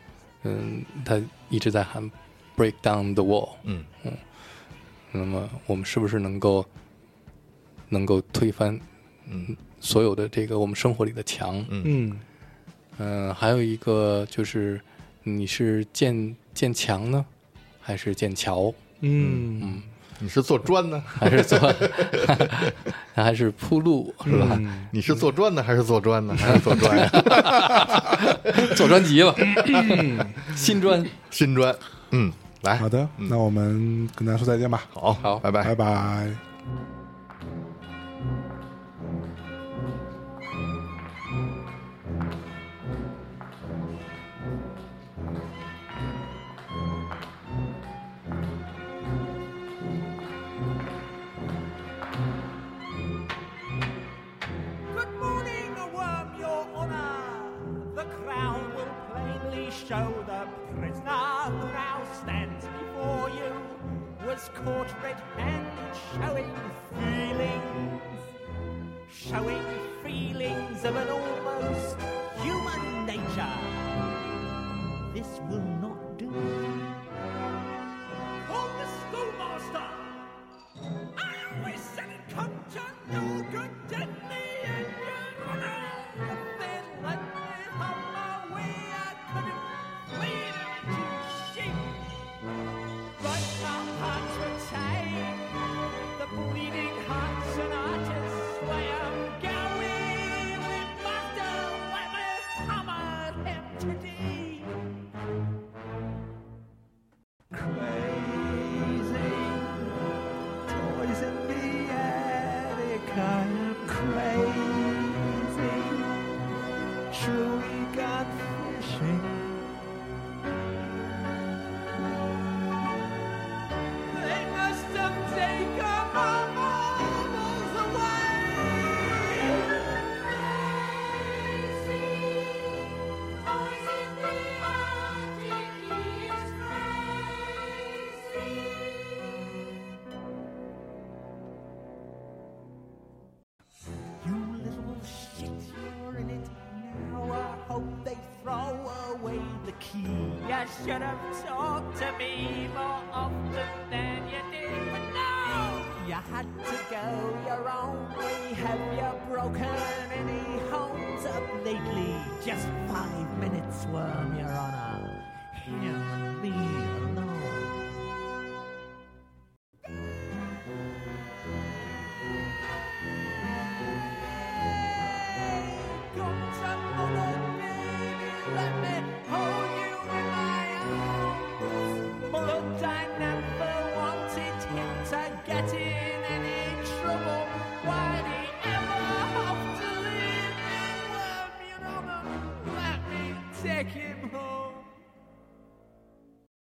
嗯，他一直在喊 “break down the wall”，
嗯
那么我们是不是能够能够推翻，嗯，所有的这个我们生活里的墙？
嗯，
嗯，还有一个就是你是建建墙呢，还是建桥？
嗯，
你是做砖呢，
还是做，还是铺路是吧？
你是做砖呢，还是做砖呢，还是做砖呀？
做专辑吧，新专，
新砖，嗯，来
好，的，那我们跟大家说再见吧，
好，
好
拜拜
拜。拜。
show the prisoner who now stands before you was caught red-handed showing feelings, showing feelings of an almost human nature. This will not do. Call the schoolmaster! I wish that it come to no good to me and your honor. If they let me on my way, I could have fleed into sheep. But our hearts were tied, the bleeding hearts and arches where I'm going. We must have let me hammer him today. Crazy poison me and it kind of crazy. True, we got fishing. They must have taken our marbles away. Crazy, poison me and it is crazy. You little shit, you're in it now. I hope they throw away the key. You should have talked to me more often than you did, but no! You had to go your own way. Have you broken any homes up lately? Just five minutes, worm, your honor. Him and me alone. Take him home.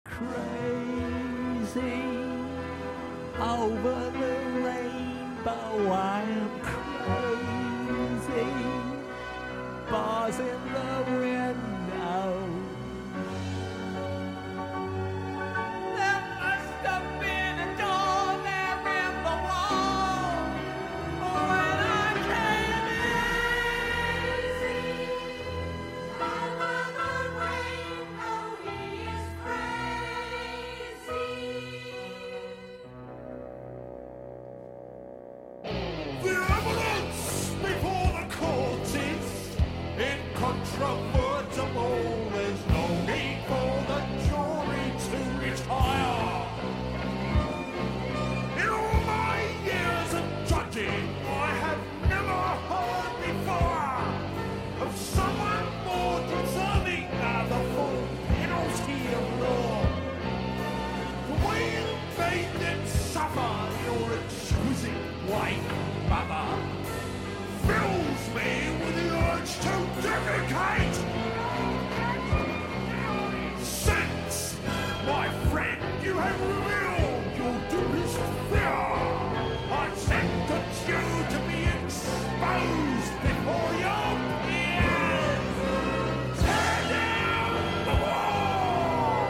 Crazy over the rainbow. I am crazy. Bars in the window. There must have been a door there in the wall when I came in. Over the rainbow, he is crazy. The ambulance before the court is incontrovertible. There's no need for the jury to retire. In all my years of judging, I have never heard before of someone more deserving of the full penalty of law. The way you made them suffer your accusing white mother fills me with the urge to defecate. Since, my friend, you have revealed your deepest fear, I sentence you to be exposed before your peers. Tear down the wall!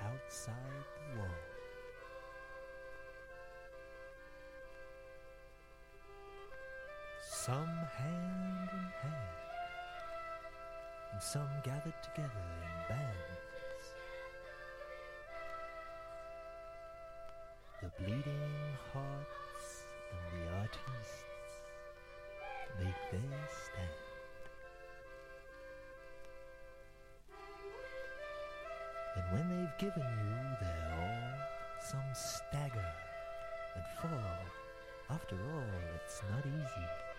outside the wall. Some hand in hand, and some gathered together in bands. The bleeding hearts and the artists make their stand. And when they've given you their all, some stagger and fall. After all, it's not easy